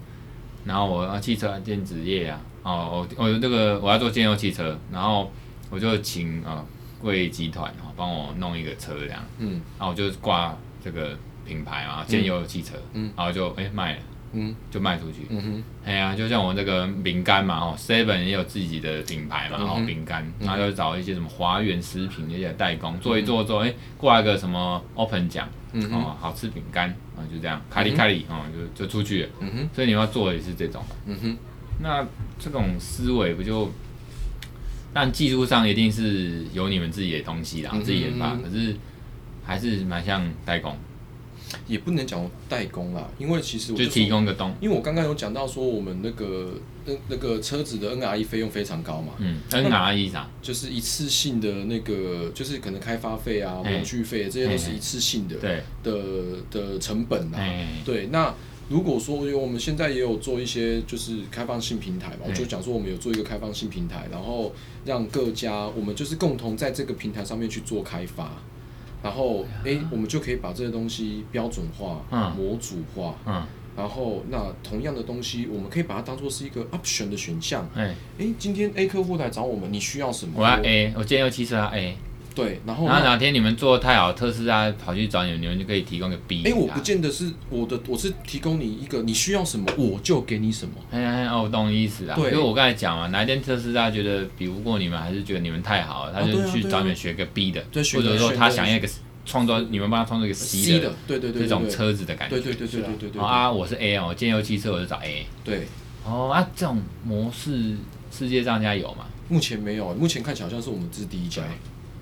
Speaker 1: 然后我要啊汽车电子业啊，哦，我我这个我要做建佑汽车，然后我就请啊贵集团啊帮我弄一个车这样，
Speaker 2: 嗯
Speaker 1: 然后我就挂这个品牌嘛，建佑汽车，
Speaker 2: 嗯
Speaker 1: 然后就哎、卖了，
Speaker 2: 嗯
Speaker 1: 就卖出去，
Speaker 2: 嗯哼，
Speaker 1: 哎呀，就像我这个饼干嘛，哦，seven 也有自己的品牌
Speaker 2: 嗯
Speaker 1: 嘛，哦，饼干，然后就找一些什么华源食品这些代
Speaker 2: 嗯
Speaker 1: 工做一做做，哎，挂一个什么 open 奖，哦，好吃饼干，啊，就这样，卡里卡里，哦，就就出去了。
Speaker 2: 嗯哼，
Speaker 1: 所以你要做的也是这种，
Speaker 2: 嗯哼，
Speaker 1: 那这种思维不就？但技术上一定是有你们自己的东西啦，
Speaker 2: 嗯哼
Speaker 1: 自己研发，可是还是蛮像代工，
Speaker 2: 也不能讲代工啦，因为其实我
Speaker 1: 就
Speaker 2: 说
Speaker 1: 提，供个东，
Speaker 2: 因为我刚刚有讲到说，我们那个那那个车子的 NRE 费用非常高嘛，
Speaker 1: 嗯，NRE 啥，
Speaker 2: 就是一次性的那个，就是可能开发费啊、
Speaker 1: 哎
Speaker 2: 模具费，这些都是
Speaker 1: 哎哎
Speaker 2: 一次性的
Speaker 1: 对，
Speaker 2: 的的成本啊。
Speaker 1: 哎，
Speaker 2: 对，那如果说因为我们现在也有做一些就是开放性平台嘛，我就讲说我们有做一个开放性平台，然后让各家我们就是共同在这个平台上面去做开发，然后诶，我们就可以把这些东西标准化、
Speaker 1: 啊嗯
Speaker 2: 模组化，
Speaker 1: 嗯，
Speaker 2: 然后那同样的东西，我们可以把它当做是一个 option 的选项。
Speaker 1: 哎。
Speaker 2: 诶，今天 A 客户来找我们，你需要什么？
Speaker 1: 我要 A，我建议汽车要 A，
Speaker 2: 对，然后
Speaker 1: 哎然后
Speaker 2: 哦那
Speaker 1: 哪天你们做得太好，特斯拉跑去找你们，你们就可以提供个啊 B 给
Speaker 2: 诶，哎我
Speaker 1: 他
Speaker 2: 不见得是我的，我是提供你一个你需要什么，我就给你什么。
Speaker 1: 哎哎，哦我懂你意思啦。
Speaker 2: 对
Speaker 1: 因为我刚才讲嘛，哪一天特斯拉觉得比不过你们，还是觉得你们太好了，他
Speaker 2: 哦对
Speaker 1: 就
Speaker 2: 啊
Speaker 1: 去
Speaker 2: 对啊
Speaker 1: 找你们学个 B 的，
Speaker 2: 对学
Speaker 1: 或
Speaker 2: 个
Speaker 1: 者说
Speaker 2: 学
Speaker 1: 他
Speaker 2: 个
Speaker 1: 想要一个创造，你们帮他创造一个
Speaker 2: C
Speaker 1: 的
Speaker 2: 的，对对对，
Speaker 1: 这种
Speaker 2: 对
Speaker 1: 车子的感觉。
Speaker 2: 对对对对对对对
Speaker 1: 哦啊，我是 A 哦，我建议汽车我就找 A。
Speaker 2: 对，
Speaker 1: 哦啊，这种模式世界上应该有嘛？
Speaker 2: 目前没有，目前看起来好像是我们是第一家。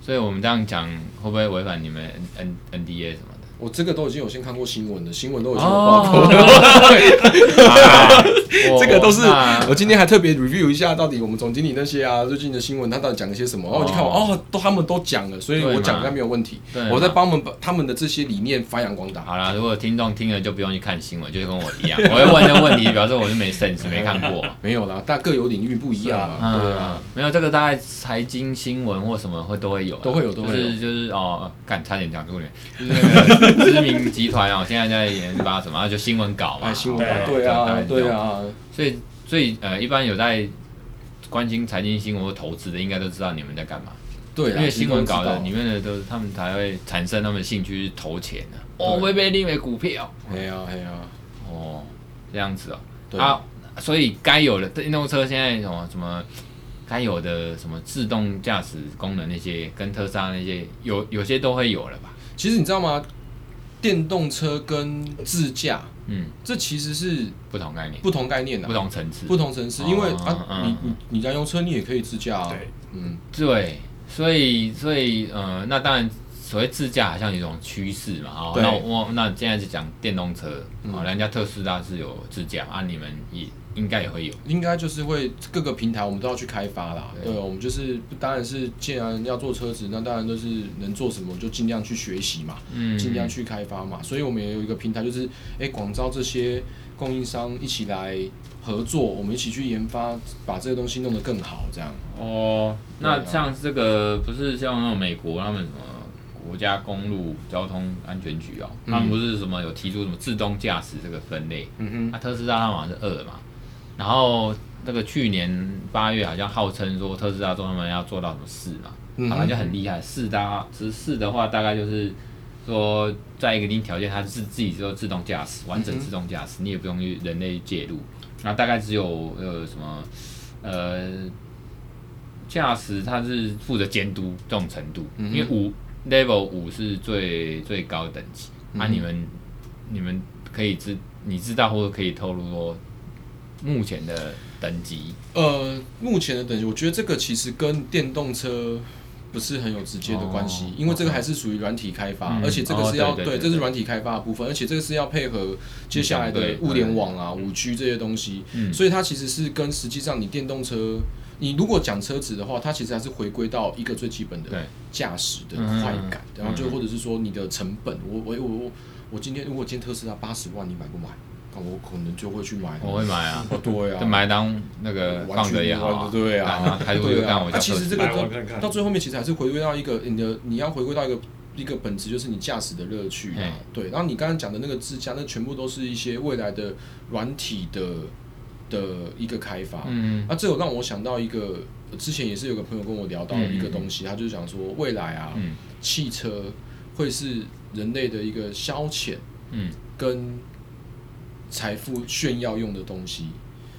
Speaker 1: 所以我们这样讲会不会违反你们 N N D A 什么的？哦
Speaker 2: 我这个都已经有先看过新闻了，新闻都已经有报过了。
Speaker 1: 啊哦
Speaker 2: 这个都是
Speaker 1: 那
Speaker 2: 我今天还特别 review 一下，到底我们总经理那些啊，最近的新闻他到底讲了些什么？然后我就看我
Speaker 1: 哦
Speaker 2: 哦，都他们都讲了，所以
Speaker 1: 对
Speaker 2: 我
Speaker 1: 嘛
Speaker 2: 讲应该没有问题
Speaker 1: 对。嘛
Speaker 2: 我在帮我们把他们的这些理念发扬光大。
Speaker 1: 好啦，如果听众听了就不用去看新闻，就是跟我 一样，我会问这个问题，表示我是没 sense 没看过。
Speaker 2: 没有啦，但各有领域不一样嘛，对 啊
Speaker 1: 嗯，，没有这个，大概财经新闻或什么会都会有啊，
Speaker 2: 都会有都
Speaker 1: 就
Speaker 2: 会有
Speaker 1: 是就是哦，干差点讲 出脸，就是那个知名集团哦，现在在研发什么，啊就新闻稿嘛，
Speaker 2: 哎，新闻
Speaker 3: 对
Speaker 2: 啊对啊，对
Speaker 1: 啊。
Speaker 2: 啊，
Speaker 1: 所以所以呃，一般有在关心财经新闻或投资的，应该都知道你们在干嘛，
Speaker 2: 对啊，
Speaker 1: 因为新闻稿
Speaker 2: 知道
Speaker 1: 的里面的都是他们才会产生他们的兴趣去投钱的、哦，
Speaker 2: 对
Speaker 1: 会被利为股票
Speaker 2: 哎呀哎呀，
Speaker 1: 哦，这样子哦，
Speaker 2: 对
Speaker 1: 啊，所以该有的电动车现在什么什么。该有的什么自动驾驶功能那些，跟特斯拉那些有有些都会有了吧？
Speaker 2: 其实你知道吗？电动车跟自驾，
Speaker 1: 嗯，
Speaker 2: 这其实是
Speaker 1: 不同概念，
Speaker 2: 不同概念的、
Speaker 1: 不同层次，
Speaker 2: 不同城市，因为
Speaker 1: 哦
Speaker 2: 啊，
Speaker 1: 嗯
Speaker 2: 你你你燃油车你也可以自驾啊
Speaker 3: 对，
Speaker 2: 嗯，
Speaker 1: 对，所以所以呃，那当然所谓自驾好像有一种趋势嘛，哦，
Speaker 2: 对
Speaker 1: 那我那现在是讲电动车，哦，
Speaker 2: 嗯
Speaker 1: 人家特斯拉是有自驾啊，你们也应该也会有，
Speaker 2: 应该就是会各个平台我们都要去开发啦，
Speaker 1: 对
Speaker 2: 对，我们就是当然是既然要做车子，那当然就是能做什么就尽量去学习嘛，
Speaker 1: 嗯，
Speaker 2: 尽量去开发嘛，所以我们也有一个平台，就是哎广招这些供应商一起来合作，我们一起去研发，把这个东西弄得更好，这样。
Speaker 1: 哦，那
Speaker 2: 对啊
Speaker 1: 像这个不是像那种美国他们什么？国家公路交通安全局哦，他们不是什么有提出什么自动驾驶这个分类，
Speaker 2: 嗯哼，
Speaker 1: 那、特斯拉它好像是二嘛，然后那个去年八月好像号称说特斯拉说他们要做到什么四嘛，
Speaker 2: 嗯哼
Speaker 1: 好像就很厉害。四搭十四的话，大概就是说在一个一定条件，它是自己就自动驾驶，完整自动驾驶，你也不用去人类介入。那大概只有呃什么呃驾驶，它是负责监督这种程度，
Speaker 2: 嗯哼
Speaker 1: 因为五 level 五是最最高等级。那、
Speaker 2: 嗯哼
Speaker 1: 啊、你们你们可以知你知道或者可以透露说目前的等级
Speaker 2: 呃，目前的等级，我觉得这个其实跟电动车不是很有直接的关系，
Speaker 1: 哦
Speaker 2: 因为这个还是属于软体开发，
Speaker 1: 嗯
Speaker 2: 而且这个
Speaker 1: 哦
Speaker 2: 是要、
Speaker 1: 对对对
Speaker 2: 这是
Speaker 1: 对
Speaker 2: 软体开发的部分，而且这个是要配合接下来
Speaker 1: 嗯对
Speaker 2: 的
Speaker 1: 对
Speaker 2: 物联网啊、五 G 这些东西，
Speaker 1: 嗯
Speaker 2: 所以它其实是跟实际上你电动车。你如果讲车子的话，它其实还是回归到一个最基本的
Speaker 1: 对
Speaker 2: 驾驶的
Speaker 1: 嗯
Speaker 2: 快感，
Speaker 1: 嗯
Speaker 2: 然后就
Speaker 1: 嗯
Speaker 2: 或者是说你的成本，我我我我我今天如果今天特斯拉八十万，你买不买？那我可能就会去买。
Speaker 1: 我会买啊，
Speaker 2: 哦对啊，
Speaker 1: 就买来当那个
Speaker 2: 玩
Speaker 1: 放
Speaker 2: 具
Speaker 1: 着也好、啊，干
Speaker 2: 对
Speaker 1: 然
Speaker 2: 啊
Speaker 1: 后，开出去就干我
Speaker 2: 啊
Speaker 1: 叫
Speaker 2: 其
Speaker 1: 车
Speaker 2: 实
Speaker 1: 子
Speaker 2: 这个
Speaker 3: 买
Speaker 2: 到
Speaker 3: 我看看
Speaker 2: 到最后面，其实还是回归到一个你的你要回归到一个一个本质，就是你驾驶的乐趣
Speaker 1: 嘿
Speaker 2: 啊。对，然后你刚刚讲的那个自驾，那全部都是一些未来的软体的的一个开发。
Speaker 1: 嗯，
Speaker 2: 那这有让我想到一个，之前也是有个朋友跟我聊到
Speaker 1: 嗯
Speaker 2: 一个东西，他就讲说未来啊，
Speaker 1: 嗯
Speaker 2: 汽车会是人类的一个消遣
Speaker 1: 嗯，
Speaker 2: 跟财富炫耀用的东西。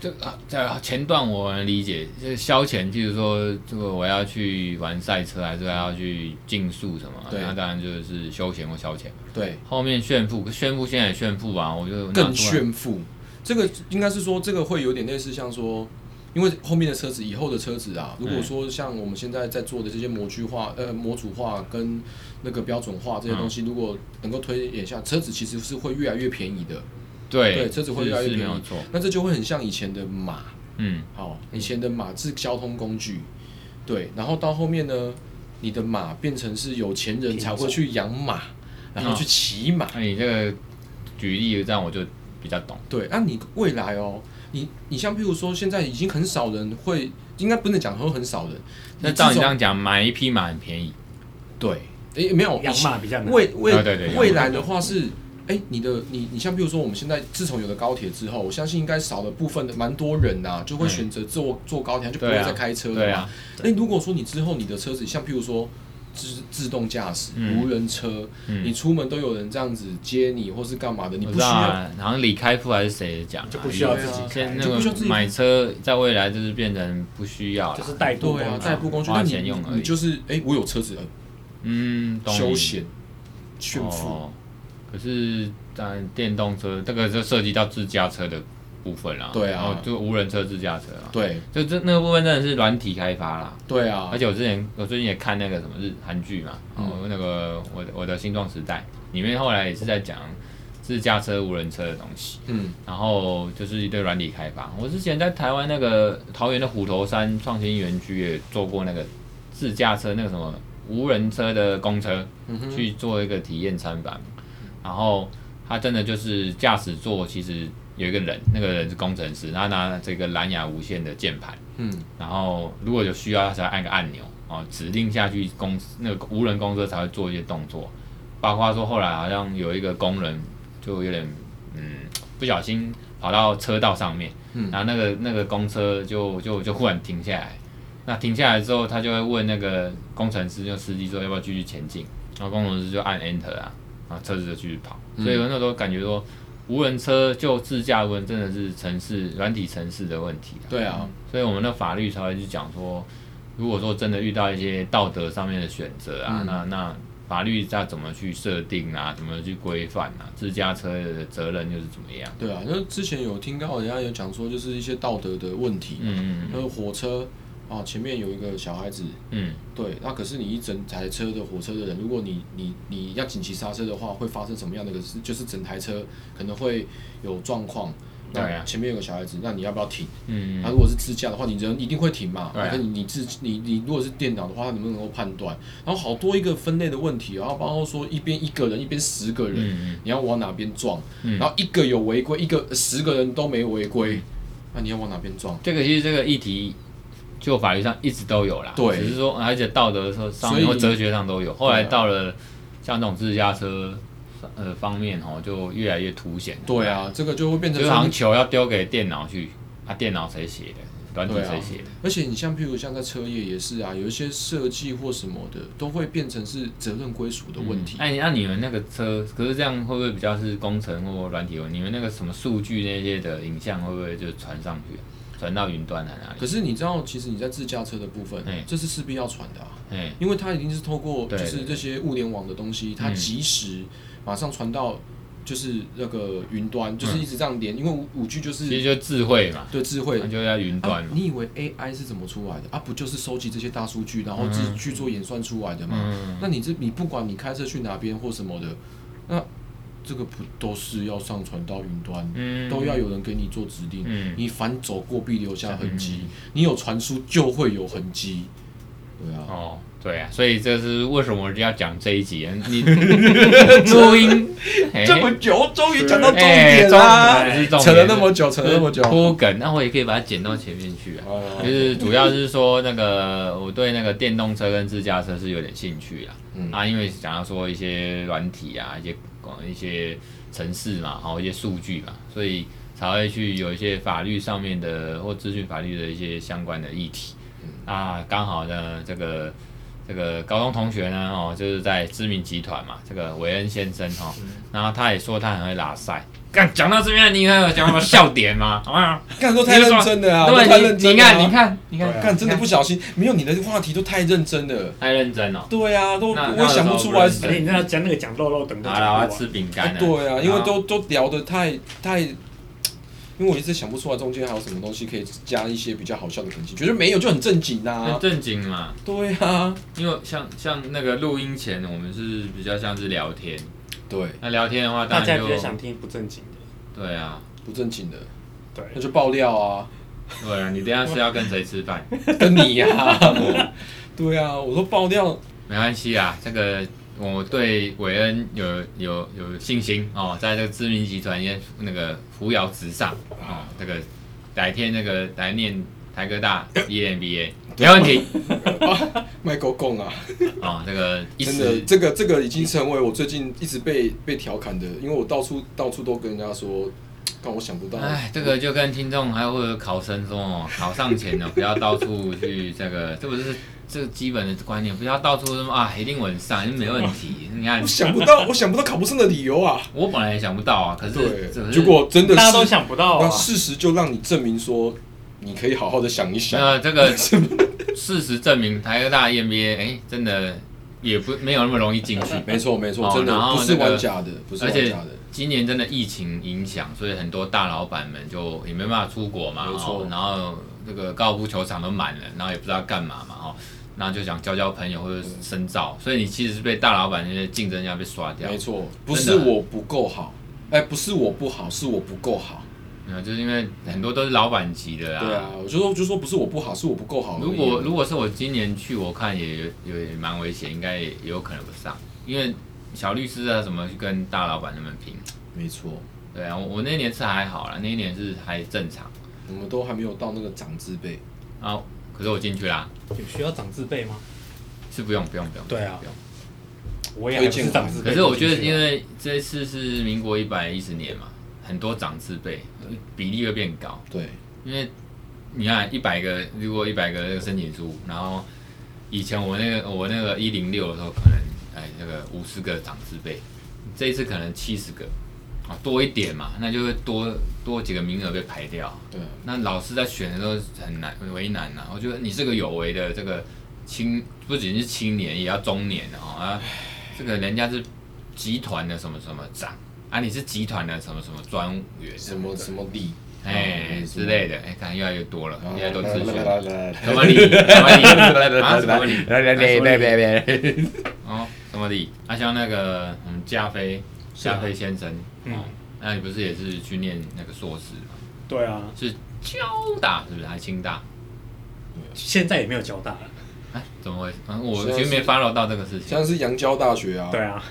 Speaker 1: 这个啊，在前段我能理解，就是消遣，譬如说这个我要去玩赛车，还是我要去竞速什么，
Speaker 2: 对
Speaker 1: 那当然就是休闲或消遣。
Speaker 2: 对，
Speaker 1: 后面炫富，可炫富现在也炫富啊，我就拿出来
Speaker 2: 更炫富。这个应该是说，这个会有点类似像说，因为后面的车子，以后的车子啊，如
Speaker 1: 嗯
Speaker 2: 果说像我们现在在做的这些模具化、呃模组化跟那个标准化这些
Speaker 1: 嗯
Speaker 2: 东西，如果能够推演下，车子其实是会越来越便宜的。
Speaker 1: 对
Speaker 2: 对车子会
Speaker 1: 是
Speaker 2: 越来越
Speaker 1: 是没
Speaker 2: 便宜
Speaker 1: 有错，
Speaker 2: 那这就会很像以前的马，
Speaker 1: 嗯，
Speaker 2: 好、以前的马是交通工具，对，然后到后面呢，你的马变成是有钱人才会去养马，
Speaker 1: 嗯
Speaker 2: 然后去骑马。
Speaker 1: 那你这个举例这样我就比较懂，
Speaker 2: 对，那、你未来哦，你你像譬如说，现在已经很少人会，应该不能讲说很少人。
Speaker 1: 那照你这
Speaker 2: 这种
Speaker 1: 样讲，买一匹马很便宜，
Speaker 2: 对，诶，没有
Speaker 3: 养马比较难。
Speaker 2: 未未、
Speaker 1: 啊对对
Speaker 2: 未来的话是，诶，你的你你像譬如说，我们现在自从有了高铁之后，我相信应该少了部分的蛮多人呐、就会
Speaker 1: 嗯
Speaker 2: 选择坐坐高铁，就不会
Speaker 1: 对啊
Speaker 2: 再开车了嘛。
Speaker 1: 对啊，
Speaker 2: 那如果说你之后你的车子像譬如说自自动驾驶、
Speaker 1: 嗯
Speaker 2: 无人车，
Speaker 1: 嗯
Speaker 2: 你出门都有人这样子接你或是干嘛的，你
Speaker 1: 我
Speaker 2: 不
Speaker 1: 知
Speaker 2: 需
Speaker 1: 道
Speaker 2: 要。
Speaker 1: 啊，好像李开复还是谁讲啊，
Speaker 3: 就不需要
Speaker 1: 你
Speaker 3: 自己开
Speaker 1: 现在
Speaker 2: 就不需
Speaker 1: 那
Speaker 2: 要自
Speaker 1: 个
Speaker 2: 己
Speaker 1: 买车在未来就是变成不需要
Speaker 3: 就
Speaker 1: 了
Speaker 3: 是，代步
Speaker 2: 对啊，
Speaker 3: 工具
Speaker 2: 代步工具，
Speaker 1: 花
Speaker 2: 那你
Speaker 1: 钱用
Speaker 2: 你
Speaker 1: 而已
Speaker 2: 你就是诶，我有车子，呃
Speaker 1: 嗯，懂你
Speaker 2: 休闲、炫富，
Speaker 1: 哦可是当然电动车这个就涉及到自驾车的部分啦，
Speaker 2: 对啊
Speaker 1: 然后就无人车自驾车啦，
Speaker 2: 对
Speaker 1: 就这那个部分真的是软体开发啦。
Speaker 2: 对啊
Speaker 1: 而，且我之前我最近也看那个什么日韩剧嘛，
Speaker 2: 嗯
Speaker 1: 哦，那个我的我的新壮时代里面后来也是在讲自驾车、无人车的东西，
Speaker 2: 嗯，
Speaker 1: 然后就是一堆软体开发。我之前在台湾那个桃园的虎头山创新园区也做过那个自驾车那个什么无人车的公车，去做一个体验参访，然后他真的就是驾驶座其实有一个人，那个人是工程师，他拿这个蓝牙无线的键盘，
Speaker 2: 嗯，
Speaker 1: 然后如果有需要，他才按个按钮哦，指令下去公那个无人公车才会做一些动作，包括说后来好像有一个工人就有点嗯不小心跑到车道上面，
Speaker 2: 嗯
Speaker 1: 然后那个那个公车就就就忽然停下来。那停下来之后，他就会问那个工程师，就司机说要不要继续前进，然后工程师就按 Enter 啊，然后车子就继续跑。所以我那时候感觉说，无人车就自驾无人真的是城市软体城市的问题啊。
Speaker 2: 对啊，
Speaker 1: 所以我们的法律才会去讲说，如果说真的遇到一些道德上面的选择啊，
Speaker 2: 嗯
Speaker 1: 那那法律要怎么去设定啊，怎么去规范啊，自驾车的责任又是怎么样？
Speaker 2: 对啊，那之前有听到人家有讲说，就是一些道德的问题，
Speaker 1: 嗯嗯
Speaker 2: 那火车啊，前面有一个小孩子，
Speaker 1: 嗯，
Speaker 2: 对，那可是你一整台车的火车的人，如果你你你要紧急刹车的话，会发生什么样的一个事？就是整台车可能会有状况。
Speaker 1: 对
Speaker 2: 那
Speaker 1: 啊
Speaker 2: 前面有个小孩子，那你要不要停？
Speaker 1: 嗯
Speaker 2: 那、啊如果是自驾的话，你人一定会停嘛。
Speaker 1: 对啊
Speaker 2: 那可是你自你你如果是电脑的话，它能不能够判断？然后好多一个分类的问题，哦然后包括说一边一个人，一边十个人，
Speaker 1: 嗯
Speaker 2: 你要往哪边撞？
Speaker 1: 嗯
Speaker 2: 然后一个有违规，一个十个人都没违规，那你要往哪边撞？
Speaker 1: 这个其实这个议题。就法律上一直都有啦，
Speaker 2: 对
Speaker 1: 只是说而且道德上上
Speaker 2: 所以
Speaker 1: 面或哲学上都有。后来
Speaker 2: 对啊
Speaker 1: 到了像这种自驾车呃方面哦，就越来越凸显。
Speaker 2: 对啊，这个就会变成
Speaker 1: 就是好
Speaker 2: 说
Speaker 1: 像球要丢给电脑去，啊，电脑谁写的，软体
Speaker 2: 对啊
Speaker 1: 谁写的，
Speaker 2: 而且你像譬如像在车业也是啊，有一些设计或什么的，都会变成是责任归属的问题。
Speaker 1: 哎、那、你们那个车，可是这样会不会比较是工程或软体？你们那个什么数据那些的影像会不会就传上去、传到云端啊哪里？
Speaker 2: 可是你知道，其实你在自驾车的部分
Speaker 1: 嗯，
Speaker 2: 这是势必要传的啊，
Speaker 1: 哎、
Speaker 2: 因为它一定是透过就
Speaker 1: 对
Speaker 2: 是
Speaker 1: 对
Speaker 2: 这些物联网的东西，它
Speaker 1: 嗯
Speaker 2: 及时马上传到就是那个云端，就是一直这样连，因为五五 G
Speaker 1: 嗯
Speaker 2: 就
Speaker 1: 其实
Speaker 2: 是
Speaker 1: 就智慧嘛，
Speaker 2: 对智慧
Speaker 1: 那。就在云端
Speaker 2: 啊
Speaker 1: 嘛。
Speaker 2: 你以为 AI 是怎么出来的啊？不就是收集这些大数据，然后自己去做演算出来的吗？
Speaker 1: 嗯，
Speaker 2: 那你这你不管你开车去哪边或什么的，那这个不都是要上传到云端，
Speaker 1: 嗯
Speaker 2: 都要有人给你做指令。
Speaker 1: 嗯
Speaker 2: 你反走过必留下痕迹，你有传输就会有痕迹。对啊，
Speaker 1: 哦，对啊，所以这是为什么我要讲这一集？啊 你录音哎
Speaker 2: 久终于
Speaker 1: 哎重点是重点
Speaker 2: 啊扯了那么久，扯了那么
Speaker 1: 就是
Speaker 2: 久。
Speaker 1: 拖梗，那我也可以把它剪到前面去啊。
Speaker 2: 啊
Speaker 1: 就是主要是说那个我对那个电动车跟自驾车是有点兴趣啦，
Speaker 2: 嗯
Speaker 1: 啊，因为想要说一些软体啊，一些广一些城市嘛，然后一些数据嘛，所以才会去有一些法律上面的或资讯法律的一些相关的议题。啊，刚好呢，这个这个高中同学呢，哦，就是在知名集团嘛，这个韦恩先生哦，然后他也说他很会拉塞。干讲到这边，你看有讲什么笑点吗？ 啊，
Speaker 2: 干都太认真了啊，都太
Speaker 1: 对，
Speaker 2: 认
Speaker 1: 你你
Speaker 2: 真了啊。
Speaker 1: 看，你看，你看，
Speaker 2: 干真的不小心，没有你的话题都太认真了。
Speaker 1: 太认真哦了。
Speaker 2: 对啊，都
Speaker 1: 那
Speaker 2: 我也想不出来
Speaker 1: 那时候
Speaker 3: 而且你那要讲那个讲肉肉等都
Speaker 1: 好了，我
Speaker 3: 讲
Speaker 1: 要
Speaker 3: 不
Speaker 1: 吃
Speaker 3: 完，
Speaker 1: 饼
Speaker 2: 啊
Speaker 1: 干了。
Speaker 2: 对啊，因为
Speaker 1: 然后
Speaker 2: 都都聊得太太，因为我一直想不出来中间还有什么东西可以加一些比较好笑的东西，觉得没有就很正经呐、
Speaker 1: 很正经嘛，
Speaker 2: 对啊，
Speaker 1: 因为像像那个录音前，我们是比较像是聊天。
Speaker 2: 对，
Speaker 1: 那聊天的话，
Speaker 3: 大
Speaker 1: 当
Speaker 3: 家
Speaker 1: 然
Speaker 3: 比
Speaker 1: 就
Speaker 3: 较想听不正经的，
Speaker 1: 对啊，
Speaker 2: 不正经的，那
Speaker 3: 对，
Speaker 2: 就爆料啊，
Speaker 1: 对啊。你等一下是要跟谁吃饭？
Speaker 2: 跟你呀、 对啊，我说爆料，
Speaker 1: 没关系 啊，这个我对韦恩有有有信心哦，在这个知名集团也那个扶摇直上哦， 这个改天那个来念台科大 E EMBA 没问题
Speaker 2: 麦狗共啊，
Speaker 1: 哦，这个一
Speaker 2: 真的，
Speaker 1: 时
Speaker 2: 这个这个已经成为我最近一直被被调侃的，因为我到处到处都跟人家说，但我想不到，
Speaker 1: 哎，这个就跟听众还有或者考生说哦，考上前呢，不要到处去这个， 这不是这个基本的观念，不要到处什么啊，一定稳上，没问 题。你看
Speaker 2: 我，想不到，我想不到考不上的理由 啊，
Speaker 1: 我本来也想不到啊，可是
Speaker 2: 对，
Speaker 1: 结
Speaker 2: 结果真的
Speaker 3: 大家都
Speaker 2: 是
Speaker 3: 想不到
Speaker 2: 那
Speaker 3: 啊。
Speaker 2: 事实就让你证明说，你可以好好的想一想。
Speaker 1: 那呃这个事实证明，台科大 EMBA 哎、真的也不没有那么容易进去。
Speaker 2: 没错，没错，
Speaker 1: 哦
Speaker 2: 真
Speaker 1: 然
Speaker 2: 的
Speaker 1: 后
Speaker 2: 不是
Speaker 1: 那个
Speaker 2: 玩假的，不是
Speaker 1: 而
Speaker 2: 玩
Speaker 1: 且
Speaker 2: 假的。
Speaker 1: 今年真的疫情影响，所以很多大老板们就也没办法出国嘛，
Speaker 2: 没错
Speaker 1: 哦然后这个高尔夫球场都满了，然后也不知道干嘛嘛，哦，然后就想交交朋友或者深造，所以你其实是被大老板那些竞争要被刷掉
Speaker 2: 没。错，不
Speaker 1: 啊真
Speaker 2: 是
Speaker 1: 的
Speaker 2: 我不够好，哎，不是我不好，是我不够好。
Speaker 1: 没有，就是因为很多都是老板级的啦。
Speaker 2: 对啊，我就说就说不是我不好，是我不够好而已。
Speaker 1: 如果如果是我今年去，我看也有也蛮危险，应该也也有可能不上，因为小律师啊什么去跟大老板他们拼。
Speaker 2: 没错，
Speaker 1: 对啊，我我那年是还好啦，那一年是还正常
Speaker 2: 我们都还没有到那个长字辈。
Speaker 1: 啊，可是我进去啦，
Speaker 3: 有需要长自备吗？
Speaker 1: 是不用不用不用。
Speaker 3: 对啊
Speaker 1: 不用。
Speaker 3: 我也还不是长自备。啊
Speaker 1: 可是我觉得，因
Speaker 3: 为
Speaker 1: 为这一次是民国一百一十年嘛，很多长字辈比例会变高，
Speaker 2: 对，
Speaker 1: 因为你看一百个，如果一百个那个申请书，然后以前我那个我那个一零六的时候，可能哎那个五十个长字辈，这一次可能七十个啊多一点嘛，那就会多多几个名额被排掉。
Speaker 2: 对啊，
Speaker 1: 那老师在选的时候很难很为难呐、啊我觉得你是个有为的这个青，不仅是青年，也要中年的哦啊。这个人家是集团的什么什么长啊，你是集团的什么什么专员
Speaker 2: 什么什么力，
Speaker 1: 哎之类的，哎，看越来越多
Speaker 2: 哦
Speaker 1: 了，现在都咨询
Speaker 2: 来来来
Speaker 1: 什么理什么理 啊什么理哦什么理，啊像那个嗯加菲加菲先生，
Speaker 3: 嗯
Speaker 1: 哦，那你不是也是去念那个硕士吗？
Speaker 3: 对啊，
Speaker 1: 是交大是不是还清大？
Speaker 3: 现在也没有交大了。
Speaker 1: 哎，怎么回事？嗯我其实没 follow 到这个事情，
Speaker 2: 像是阳交大学啊，
Speaker 3: 对，啊，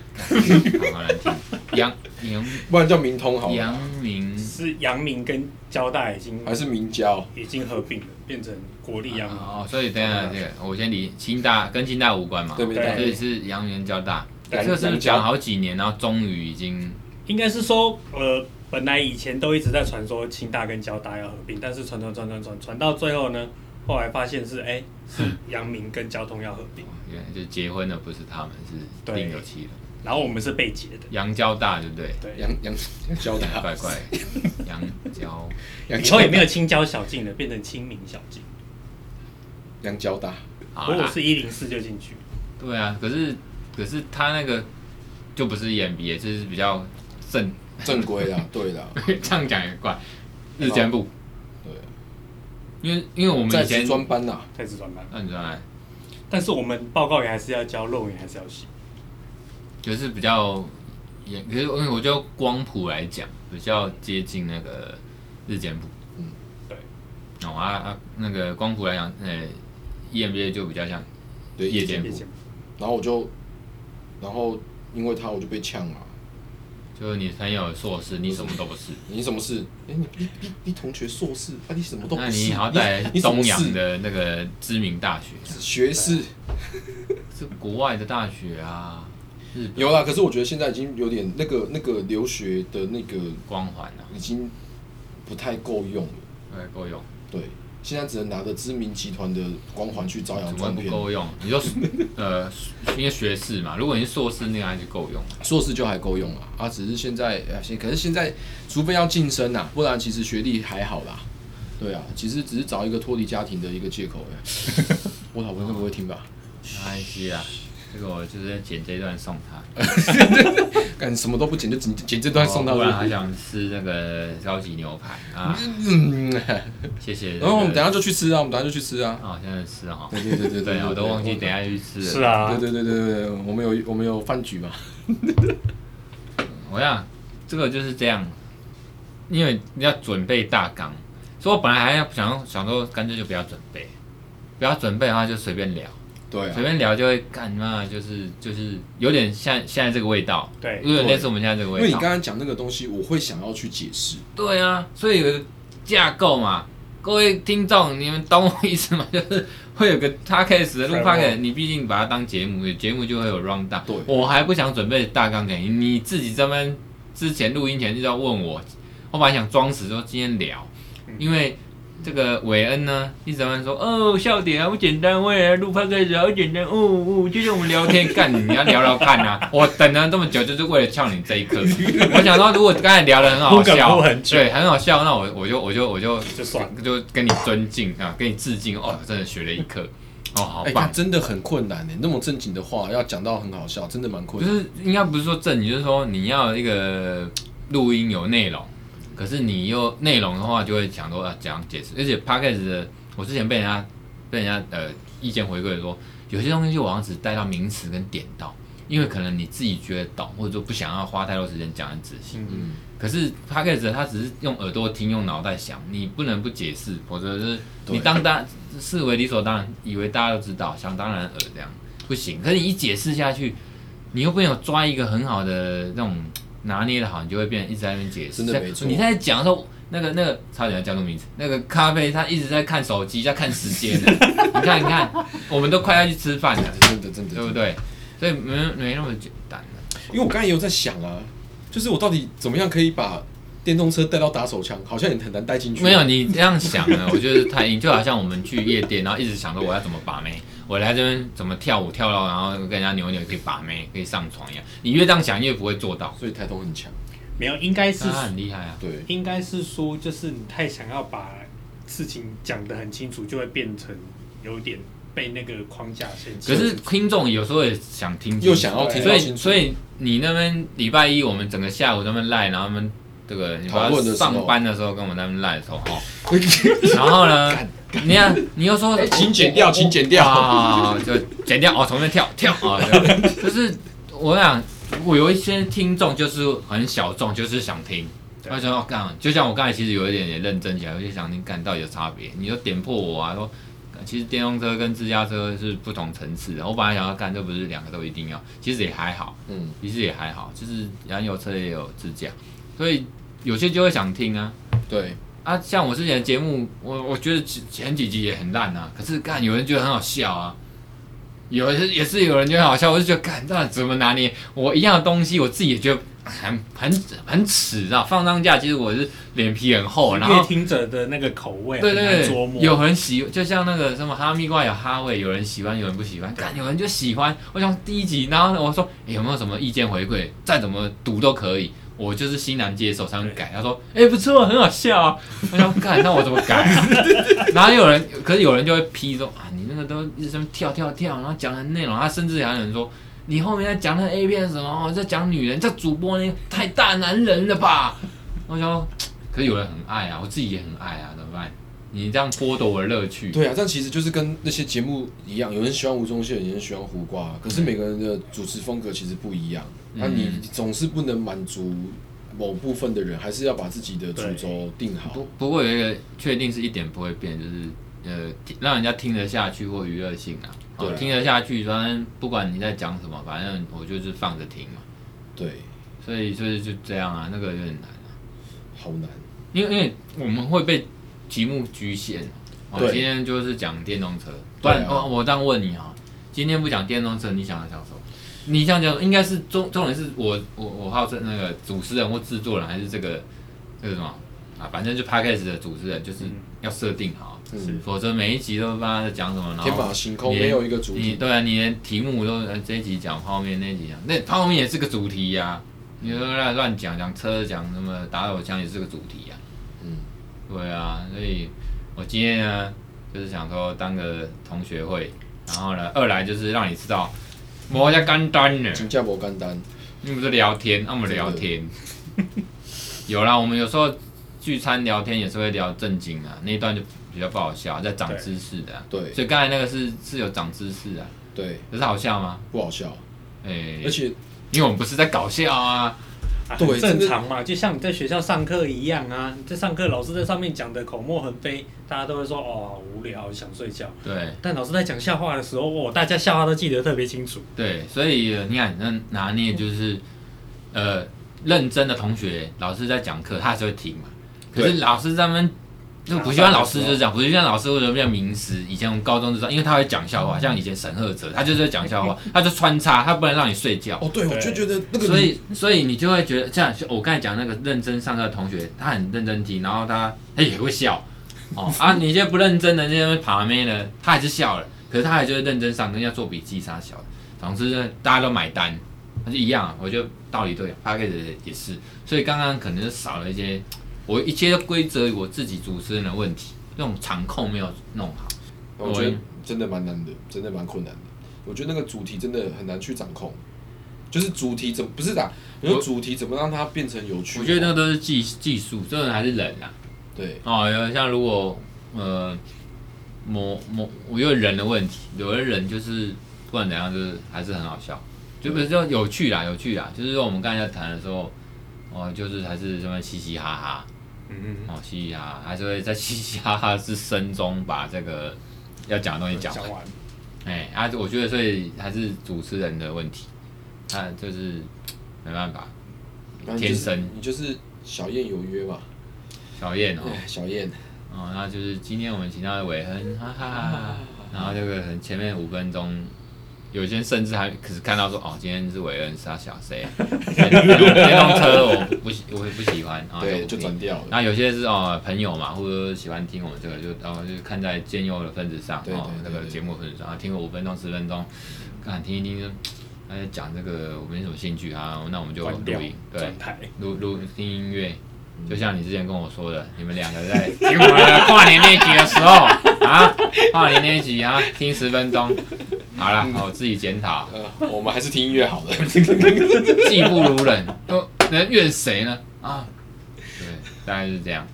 Speaker 1: 好难听。杨杨
Speaker 2: 不然叫明通好了，
Speaker 1: 杨明
Speaker 3: 是阳明跟交大已经
Speaker 2: 嗯还是明交？
Speaker 3: 已经合并了，变成国立阳明。
Speaker 1: 哦，所以等一下这个我先理清大跟清大无关嘛，
Speaker 2: 对不
Speaker 3: 对
Speaker 1: 所以是杨元交大，
Speaker 2: 对
Speaker 1: 这个是
Speaker 2: 阳
Speaker 1: 讲
Speaker 2: 交
Speaker 1: 好几年，然后终于已经
Speaker 3: 应该是说，呃，本来以前都一直在传说清大跟交大要合并，但是传传传传传传到最后呢，后来发现是哎、是
Speaker 1: 嗯
Speaker 3: 阳明跟交通要合并，
Speaker 1: 原来就结婚了，不是他们是
Speaker 3: 对
Speaker 1: 另有其人。
Speaker 3: 然后我们是被劫的，
Speaker 1: 杨交大对不对？
Speaker 3: 对，
Speaker 2: 阳阳阳交大，
Speaker 1: 怪 怪，杨交
Speaker 2: 阳
Speaker 3: 以
Speaker 2: 交
Speaker 3: 后
Speaker 2: 大
Speaker 3: 也没有青交小径了，变成清明小径。
Speaker 2: 阳交大，
Speaker 1: 好
Speaker 3: 如果
Speaker 1: 啦，
Speaker 3: 是一零四就进去，
Speaker 1: 对啊，可是可是他那个就不是 EMBA，就是比较正，
Speaker 2: 正规啦，对啦，
Speaker 1: 这样讲也怪，日间部，
Speaker 2: 对，
Speaker 1: 因为因为我们
Speaker 2: 在
Speaker 1: 以前嗯
Speaker 2: 职专班呐，
Speaker 3: 开始转班，
Speaker 1: 那你知道吗？
Speaker 3: 但是我们报告也还是要交，论文也还是要写。
Speaker 1: 就是比较严，可是因为我就光谱来讲，比较接近那个日间部。
Speaker 2: 嗯，
Speaker 3: 对。
Speaker 1: 哦啊啊，那个光谱来讲，呃，EMBA 就比较像
Speaker 2: 对，
Speaker 1: 夜间
Speaker 3: 夜
Speaker 1: 部，
Speaker 3: 间
Speaker 2: 然后我就，然后因为他我就被呛了。
Speaker 1: 就是你朋友硕士，你什么都不是，
Speaker 2: 你什么事？哎、你你你你同学硕士啊？你什么都不
Speaker 1: 那
Speaker 2: 是。
Speaker 1: 你好歹
Speaker 2: 你什么
Speaker 1: 东
Speaker 2: 事
Speaker 1: 洋的那个知名大学，
Speaker 2: 学士
Speaker 1: 是国外的大学啊，日本
Speaker 2: 有啦，可是我觉得现在已经有点那个那个留学的那个
Speaker 1: 光环啊，
Speaker 2: 已经不太够用了。
Speaker 1: 呃，够用，
Speaker 2: 对，现在只能拿着知名集团的光环去招
Speaker 1: 怎
Speaker 2: 摇
Speaker 1: 么
Speaker 2: 撞
Speaker 1: 会
Speaker 2: 骗
Speaker 1: 不。够用？你就呃，因为学士嘛，如果你是硕士，那个还是够用。
Speaker 2: 硕士就还够用啊，啊，只是现在啊，现可是现在除非要晋升呐、不然其实学历还好啦。对啊，其实只是找一个脱离家庭的一个借口而已我老婆应该不会听吧？
Speaker 1: 没关系啊，这个我就是在剪这一段送他。
Speaker 2: 干什么都不剪就剪剪这段送到
Speaker 1: 我
Speaker 2: 这
Speaker 1: 本
Speaker 2: 里
Speaker 1: 来还想吃那个高级牛排啊，
Speaker 2: 嗯，
Speaker 1: 谢谢。
Speaker 2: 然后我们等一下就去吃啊，我们等一下就去吃啊。
Speaker 1: 哦，现在吃哈，
Speaker 2: 对对对对
Speaker 1: 对，我都忘记等一
Speaker 2: 对
Speaker 1: 下去吃了。
Speaker 3: 是，啊，
Speaker 2: 对对对对对，我们有我们有饭局嘛？
Speaker 1: 我想这个就是这样，因为你要准备大纲，所以我本来还要想想说，干脆就不要准备，不要准备的话就随便聊，
Speaker 2: 对啊
Speaker 1: 随，便聊就会干嘛，就是就是有点像现在这个味道，
Speaker 3: 对
Speaker 1: 有点类似我们现在这个
Speaker 2: 因为
Speaker 1: 味
Speaker 2: 你
Speaker 1: 道
Speaker 2: 刚。刚讲那个东西，我会想要去解释。
Speaker 1: 对啊，所以有个架构嘛。各位听众，你们懂我意思吗？就是会有个 podcast 录
Speaker 3: Framework
Speaker 1: podcast，你毕竟把它当节目，节目就会有 round down。
Speaker 2: 对
Speaker 1: 我还不想准备大纲给你，你自己这边之前录音前就要问我，我本来想装死说今天聊，
Speaker 3: 嗯
Speaker 1: 因为这个韦恩呢一直在那说哦笑点好简单，我也来录 podcast 好简单，哦哦，就像我们聊天干，你要聊聊看啊！我等了这么久就是为了翘你这一刻，我想说如果刚才聊的很好
Speaker 3: 铺梗
Speaker 1: 笑，
Speaker 3: 铺很久
Speaker 1: 对，很好笑，那我我就我就我就
Speaker 3: 就算了。
Speaker 1: 就跟你尊敬啊，跟你致敬哦，真的学了一课哦，好
Speaker 2: 哎，
Speaker 1: 棒
Speaker 2: 看！真的很困难欸呢，那么正经的话要讲到很好笑，真的蛮困
Speaker 1: 就
Speaker 2: 难。
Speaker 1: 是应该不是说正，你就是说你要一个录音有内容，可是你又内容的话，就会讲说啊讲解释，而且 podcast 的，我之前被人家被人家呃意见回馈说，有些东西我好像只带到名词跟点到，因为可能你自己觉得懂，或者说不想要花太多时间讲很仔细。
Speaker 3: 嗯
Speaker 2: 嗯，
Speaker 1: 可是 p o d c a s 它只是用耳朵听，用脑袋想，你不能不解释，否则就是
Speaker 2: 对
Speaker 1: 你当大视为理所当然，以为大家都知道，想当然耳这样不行。可是你一解释下去，你又没有抓一个很好的那种拿捏的好，你就会变成一直在那边解释。
Speaker 2: 真的没错
Speaker 1: 你在讲的时候，那个那个差点要叫个名字，那个咖啡他一直在看手机，在看时 间呢。你看你看，我们都快要去吃饭了，
Speaker 2: 真的真的，
Speaker 1: 对不？对？所以没没那么简单啊了。
Speaker 2: 因为我刚才也有在想啊，就是我到底怎么样可以把电动车带到打手枪，好像也很难带进去。啊
Speaker 1: 没有，你这样想呢，我觉得太硬，就好像我们去夜店，然后一直想着我要怎么把妹，我来这边怎么跳舞跳到，然后跟人家扭一扭可以把妹，可以上床一样。你越这样想，越不会做到。
Speaker 2: 所以台东很强。
Speaker 3: 没有，应该是
Speaker 1: 但他很厉害啊，
Speaker 2: 对，
Speaker 3: 应该是说，就是你太想要把事情讲得很清楚，就会变成有点被那个框架限制。
Speaker 1: 可是听众有时候也想听，
Speaker 2: 又想要听
Speaker 1: 所
Speaker 2: 到
Speaker 1: 以
Speaker 2: 清楚，
Speaker 1: 所以你那边礼拜一我们整个下午在那边赖，然后他们这个你
Speaker 2: 讨
Speaker 1: 把
Speaker 2: 论的时候
Speaker 1: 上班的时候跟我们在那边赖的时候 哦，然后呢，你看你又说
Speaker 2: 哎请剪掉，请剪掉。
Speaker 1: 啊，就剪掉哦，从那边跳跳 啊，就就是我想，我有一些听众就是很小众，就是想听。
Speaker 3: 对
Speaker 1: 他说要干，就像我刚才其实有一点点认真起来，我就想听干到底有差别。你就点破我啊，说干其实电动车跟自家车是不同层次的。我本来想要干，这不是两个都一定要，其实也还好，
Speaker 2: 嗯，
Speaker 1: 其实也还好，就是燃油车也有自驾，所以有些就会想听啊。
Speaker 2: 对，
Speaker 1: 啊，像我之前的节目，我我觉得前前几集也很烂啊，可是干有人觉得很好笑啊，有人也是有人觉得很好笑，我就觉得干那怎么拿捏？我一样的东西，我自己也觉得很很很耻啊。放上架，其实我是脸皮很厚，哦然
Speaker 3: 乐
Speaker 1: 后
Speaker 3: 听者的那个口味
Speaker 1: 对
Speaker 3: 很难
Speaker 1: 对
Speaker 3: 琢
Speaker 1: 对，
Speaker 3: 磨。
Speaker 1: 有人喜，就像那个什么哈密瓜有哈味，有人喜欢，有人不喜欢，干有人就喜欢。我想第一集，然后我说、诶有没有什么意见回馈，再怎么读都可以。我就是欣然接受，才能改。他说：“哎、不错，很好笑 啊。”我想干，那我怎么改、 啊？然后有人，可是有人就会批说：“啊，你那个都一直这么跳跳跳，然后讲的内容，他甚至还有人说你后面在讲那个 A 片什么，哦在讲女人，这主播那个太大男人了吧？”我想说，可是有人很爱啊，我自己也很爱啊，怎么办？你这样剥夺我的乐趣。
Speaker 2: 对啊，但其实就是跟那些节目一样，有人喜欢吴宗宪，有人喜欢胡瓜，可是每个人的主持风格其实不一样。那、
Speaker 1: 嗯
Speaker 2: 你总是不能满足某部分的人，还是要把自己的主轴定好
Speaker 1: 不。不过有一个确定是一点不会变，就是呃，听让人家听得下去或娱乐性啊，哦
Speaker 2: 对啊
Speaker 1: 听得下去，反正不管你在讲什么，反正我就是放着听嘛。
Speaker 2: 对，
Speaker 1: 所以就是就这样啊，那个有点难啊，
Speaker 2: 好难。
Speaker 1: 因为因为我们会被题目局限。我、
Speaker 2: 对
Speaker 1: 今天就是讲电动车，不然、
Speaker 2: 对啊
Speaker 1: 哦，我这样问你啊，今天不讲电动车，你想要讲什么？你想讲应该是重重点是我我我号称那个主持人或制作人还是这个这个什么啊，反正就 podcast 的主持人就是
Speaker 3: 嗯
Speaker 1: 要设定好，
Speaker 2: 嗯，
Speaker 1: 否则每一集都不知道在讲什么，然
Speaker 2: 天
Speaker 1: 后
Speaker 2: 马行空，
Speaker 1: 你
Speaker 2: 没有一个主
Speaker 1: 你
Speaker 2: 题。
Speaker 1: 对啊，你连题目都呃这一集讲泡面，那一集讲那泡面也是个主题呀、你说乱乱讲讲车讲什么打手枪也是个主题呀、
Speaker 2: 嗯，
Speaker 1: 对啊，所以我今天呢，就是想说当个同学会，然后呢，二来就是让你知道，我家干单呢，
Speaker 2: 请假不干单。
Speaker 1: 你不是聊天，那、我们聊天， 有啦，我们有时候聚餐聊天也是会聊正经啊，那一段就比较不好笑，在长知识的啊、
Speaker 2: 对
Speaker 1: 所以刚才那个是是有长知识啊，
Speaker 2: 对，
Speaker 1: 可是好笑吗？
Speaker 2: 不好笑，
Speaker 1: 哎、
Speaker 2: 而且
Speaker 1: 因为我们不是在搞笑啊，
Speaker 3: 啊很
Speaker 2: 对
Speaker 3: 正
Speaker 2: 这个
Speaker 3: 常嘛，就像你在学校上课一样啊。你在上课，老师在上面讲的口沫横飞，大家都会说哦好无聊，想睡觉。
Speaker 1: 对
Speaker 3: 但老师在讲笑话的时候，哦，大家笑话都记得特别清楚。
Speaker 1: 对，所以呃你看那拿捏就是，呃，认真的同学，老师在讲课，他还是会听嘛。可是
Speaker 2: 对
Speaker 1: 老师他们就补习班老师就是这样，补习班老师为什么叫名师？以前我们高中就知道，因为他会讲笑话，像以前沈赫哲，他就是会讲笑话，他就穿插，他不能让你睡觉。
Speaker 2: 哦，对，我就觉得那个
Speaker 1: 所以，所以你就会觉得，像我刚才讲那个认真上课的同学，他很认真听，然后他他也会笑，哦啊，你这不认真的那边爬妹呢，他还是笑了，可是他还就是认真上课，要做笔记啥小的，总之呢，大家都买单，那就一样，啊我觉得道理对 p a c k a g 也是，所以刚刚可能就少了一些，我一切都归责于我自己主持人的问题，那种场控没有弄好，
Speaker 2: 我觉得真的蛮难的，真的蛮困难的。我觉得那个主题真的很难去掌控，就是主题怎么不是的，你说
Speaker 1: 我
Speaker 2: 主题怎么让它变成有趣？啊
Speaker 1: 我觉得那都是技技术，这种还是人啊。
Speaker 2: 对，
Speaker 1: 哦，有像如果呃某某，我有人的问题，有的人就是不管怎样，就是还是很好笑，就比如说有趣啦，有趣啦，就是说我们刚才在谈的时候，哦、哦，就是还是这么嘻嘻哈哈，
Speaker 3: 嗯嗯，
Speaker 1: 哦，嘻嘻哈哈，还是会在嘻嘻哈哈之声中把这个要讲的东西讲完。
Speaker 3: 完，
Speaker 1: 哎，啊，我觉得所以还是主持人的问题，啊，就是没办法，
Speaker 2: 反正就
Speaker 1: 天
Speaker 2: 是
Speaker 1: 生
Speaker 2: 你就是小燕有约嘛，
Speaker 1: 小燕哦，
Speaker 2: 哎，小燕，
Speaker 1: 哦，那就是今天我们请到的伟恩，哈哈，然后这个很前面五分钟。有些甚至还可是看到说哦，今天是韦恩杀小 谁，电动电动车我不喜我也不喜欢啊，
Speaker 2: 对，
Speaker 1: 不
Speaker 2: 就
Speaker 1: 听
Speaker 2: 转掉了。
Speaker 1: 那有些是哦朋友嘛，或者喜欢听我们这个，就然后、就看在兼佑的份子上
Speaker 2: 对
Speaker 1: 哦，那
Speaker 2: 对对
Speaker 1: 个
Speaker 2: 对
Speaker 1: 节目份子上，啊听个五分钟十分钟，看听一听，就他在讲这个我没什么兴趣啊，那我们就
Speaker 3: 关
Speaker 1: 录
Speaker 3: 掉
Speaker 1: 音，对
Speaker 3: 转，台，
Speaker 1: 录录听音乐。就像你之前跟我说的，你们两个在听我们的跨年那集的时候啊，跨年那集啊，听十分钟，好了，好我自己检讨，
Speaker 2: 呃，我们还是听音乐好了。
Speaker 1: 技不如人，都能怨谁呢？啊，对，大概是这样。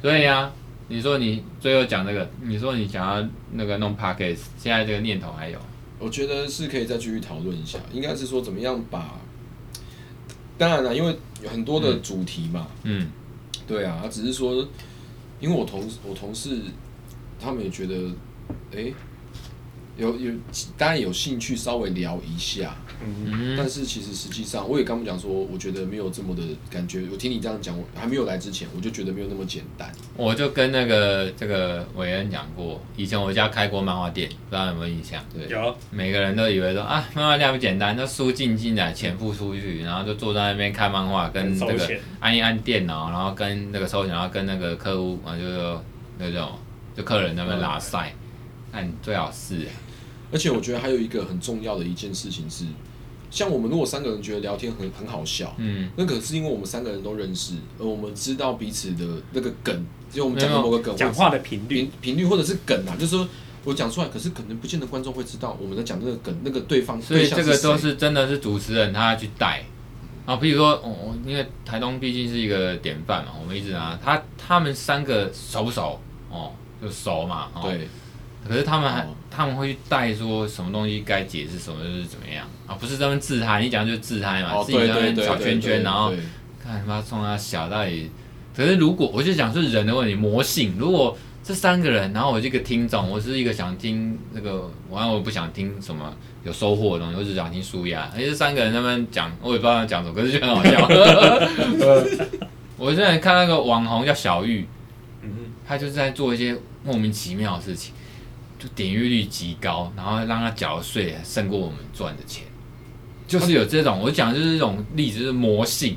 Speaker 1: 所以啊，你说你最后讲这个，你说你想要那个弄 podcast，现在这个念头还有？
Speaker 2: 我觉得是可以再继续讨论一下，应该是说怎么样把，当然了，因为有很多的主题嘛，
Speaker 1: 嗯
Speaker 2: 对啊，只是说，因为我同我同事他们也觉得，哎、有有当然有兴趣稍微聊一下，
Speaker 3: 嗯，
Speaker 2: 但
Speaker 1: 嗯
Speaker 2: 是其实实际上我也刚不讲说，我觉得没有这么的感觉。我听你这样讲，我还没有来之前我就觉得没有那么简单。
Speaker 1: 我就跟那个这个韦恩讲过，以前我家开过漫画店，不知道有没有印象？
Speaker 2: 对，
Speaker 3: 有
Speaker 1: 每个人都以为说啊，漫画店不简单，就书进进来，钱付出去，然后就坐在那边看漫画，跟这
Speaker 3: 收
Speaker 1: 个
Speaker 3: 钱
Speaker 1: 按一按电脑，然后跟那个收钱，然后跟那个客户啊，就是那种就客人那边拉塞，那你最好是啊
Speaker 2: 而且我觉得还有一个很重要的一件事情是，像我们如果三个人觉得聊天很很好笑，
Speaker 1: 嗯，
Speaker 2: 那可是因为我们三个人都认识，而我们知道彼此的那个梗，就我们讲
Speaker 1: 没
Speaker 2: 的
Speaker 1: 有
Speaker 2: 某个梗，
Speaker 3: 讲话的频率
Speaker 2: 频，频率或者是梗啊，就是说我讲出来，可是可能不见得观众会知道我们在讲这个梗，那个对方
Speaker 1: 所以
Speaker 2: 对象
Speaker 1: 这个
Speaker 2: 谁
Speaker 1: 都是真的是主持人他要去带啊，比如说我我、因为台东毕竟是一个典范嘛，我们一直拿他他们三个熟不熟哦，就熟嘛，哦、
Speaker 2: 对
Speaker 1: 可是他们还、
Speaker 2: 哦
Speaker 1: 他们会去带说什么东西该解释，什么就是怎么样啊？不是他们自嗨，你讲就是自嗨嘛，
Speaker 2: 哦
Speaker 1: 啊自己
Speaker 2: 对
Speaker 1: 在那
Speaker 2: 对
Speaker 1: 边
Speaker 2: 对
Speaker 1: 小圈圈，然后
Speaker 2: 对对
Speaker 1: 看他妈冲他小到底。可是如果我就想是人的问题，魔性。如果这三个人，然后我这个听众，我是一个想听那个，完了我不想听什么有收获的东西，我只想听舒压。哎而且这三个人他们讲，我也不知道他们讲什么，可是就很好 笑。呃我之前看那个网红叫小玉，
Speaker 3: 嗯
Speaker 1: 他就是在做一些莫名其妙的事情，就点阅率极高，然后让他缴的税还胜过我们赚的钱，就是有这种我讲的就是这种例子，就是魔性，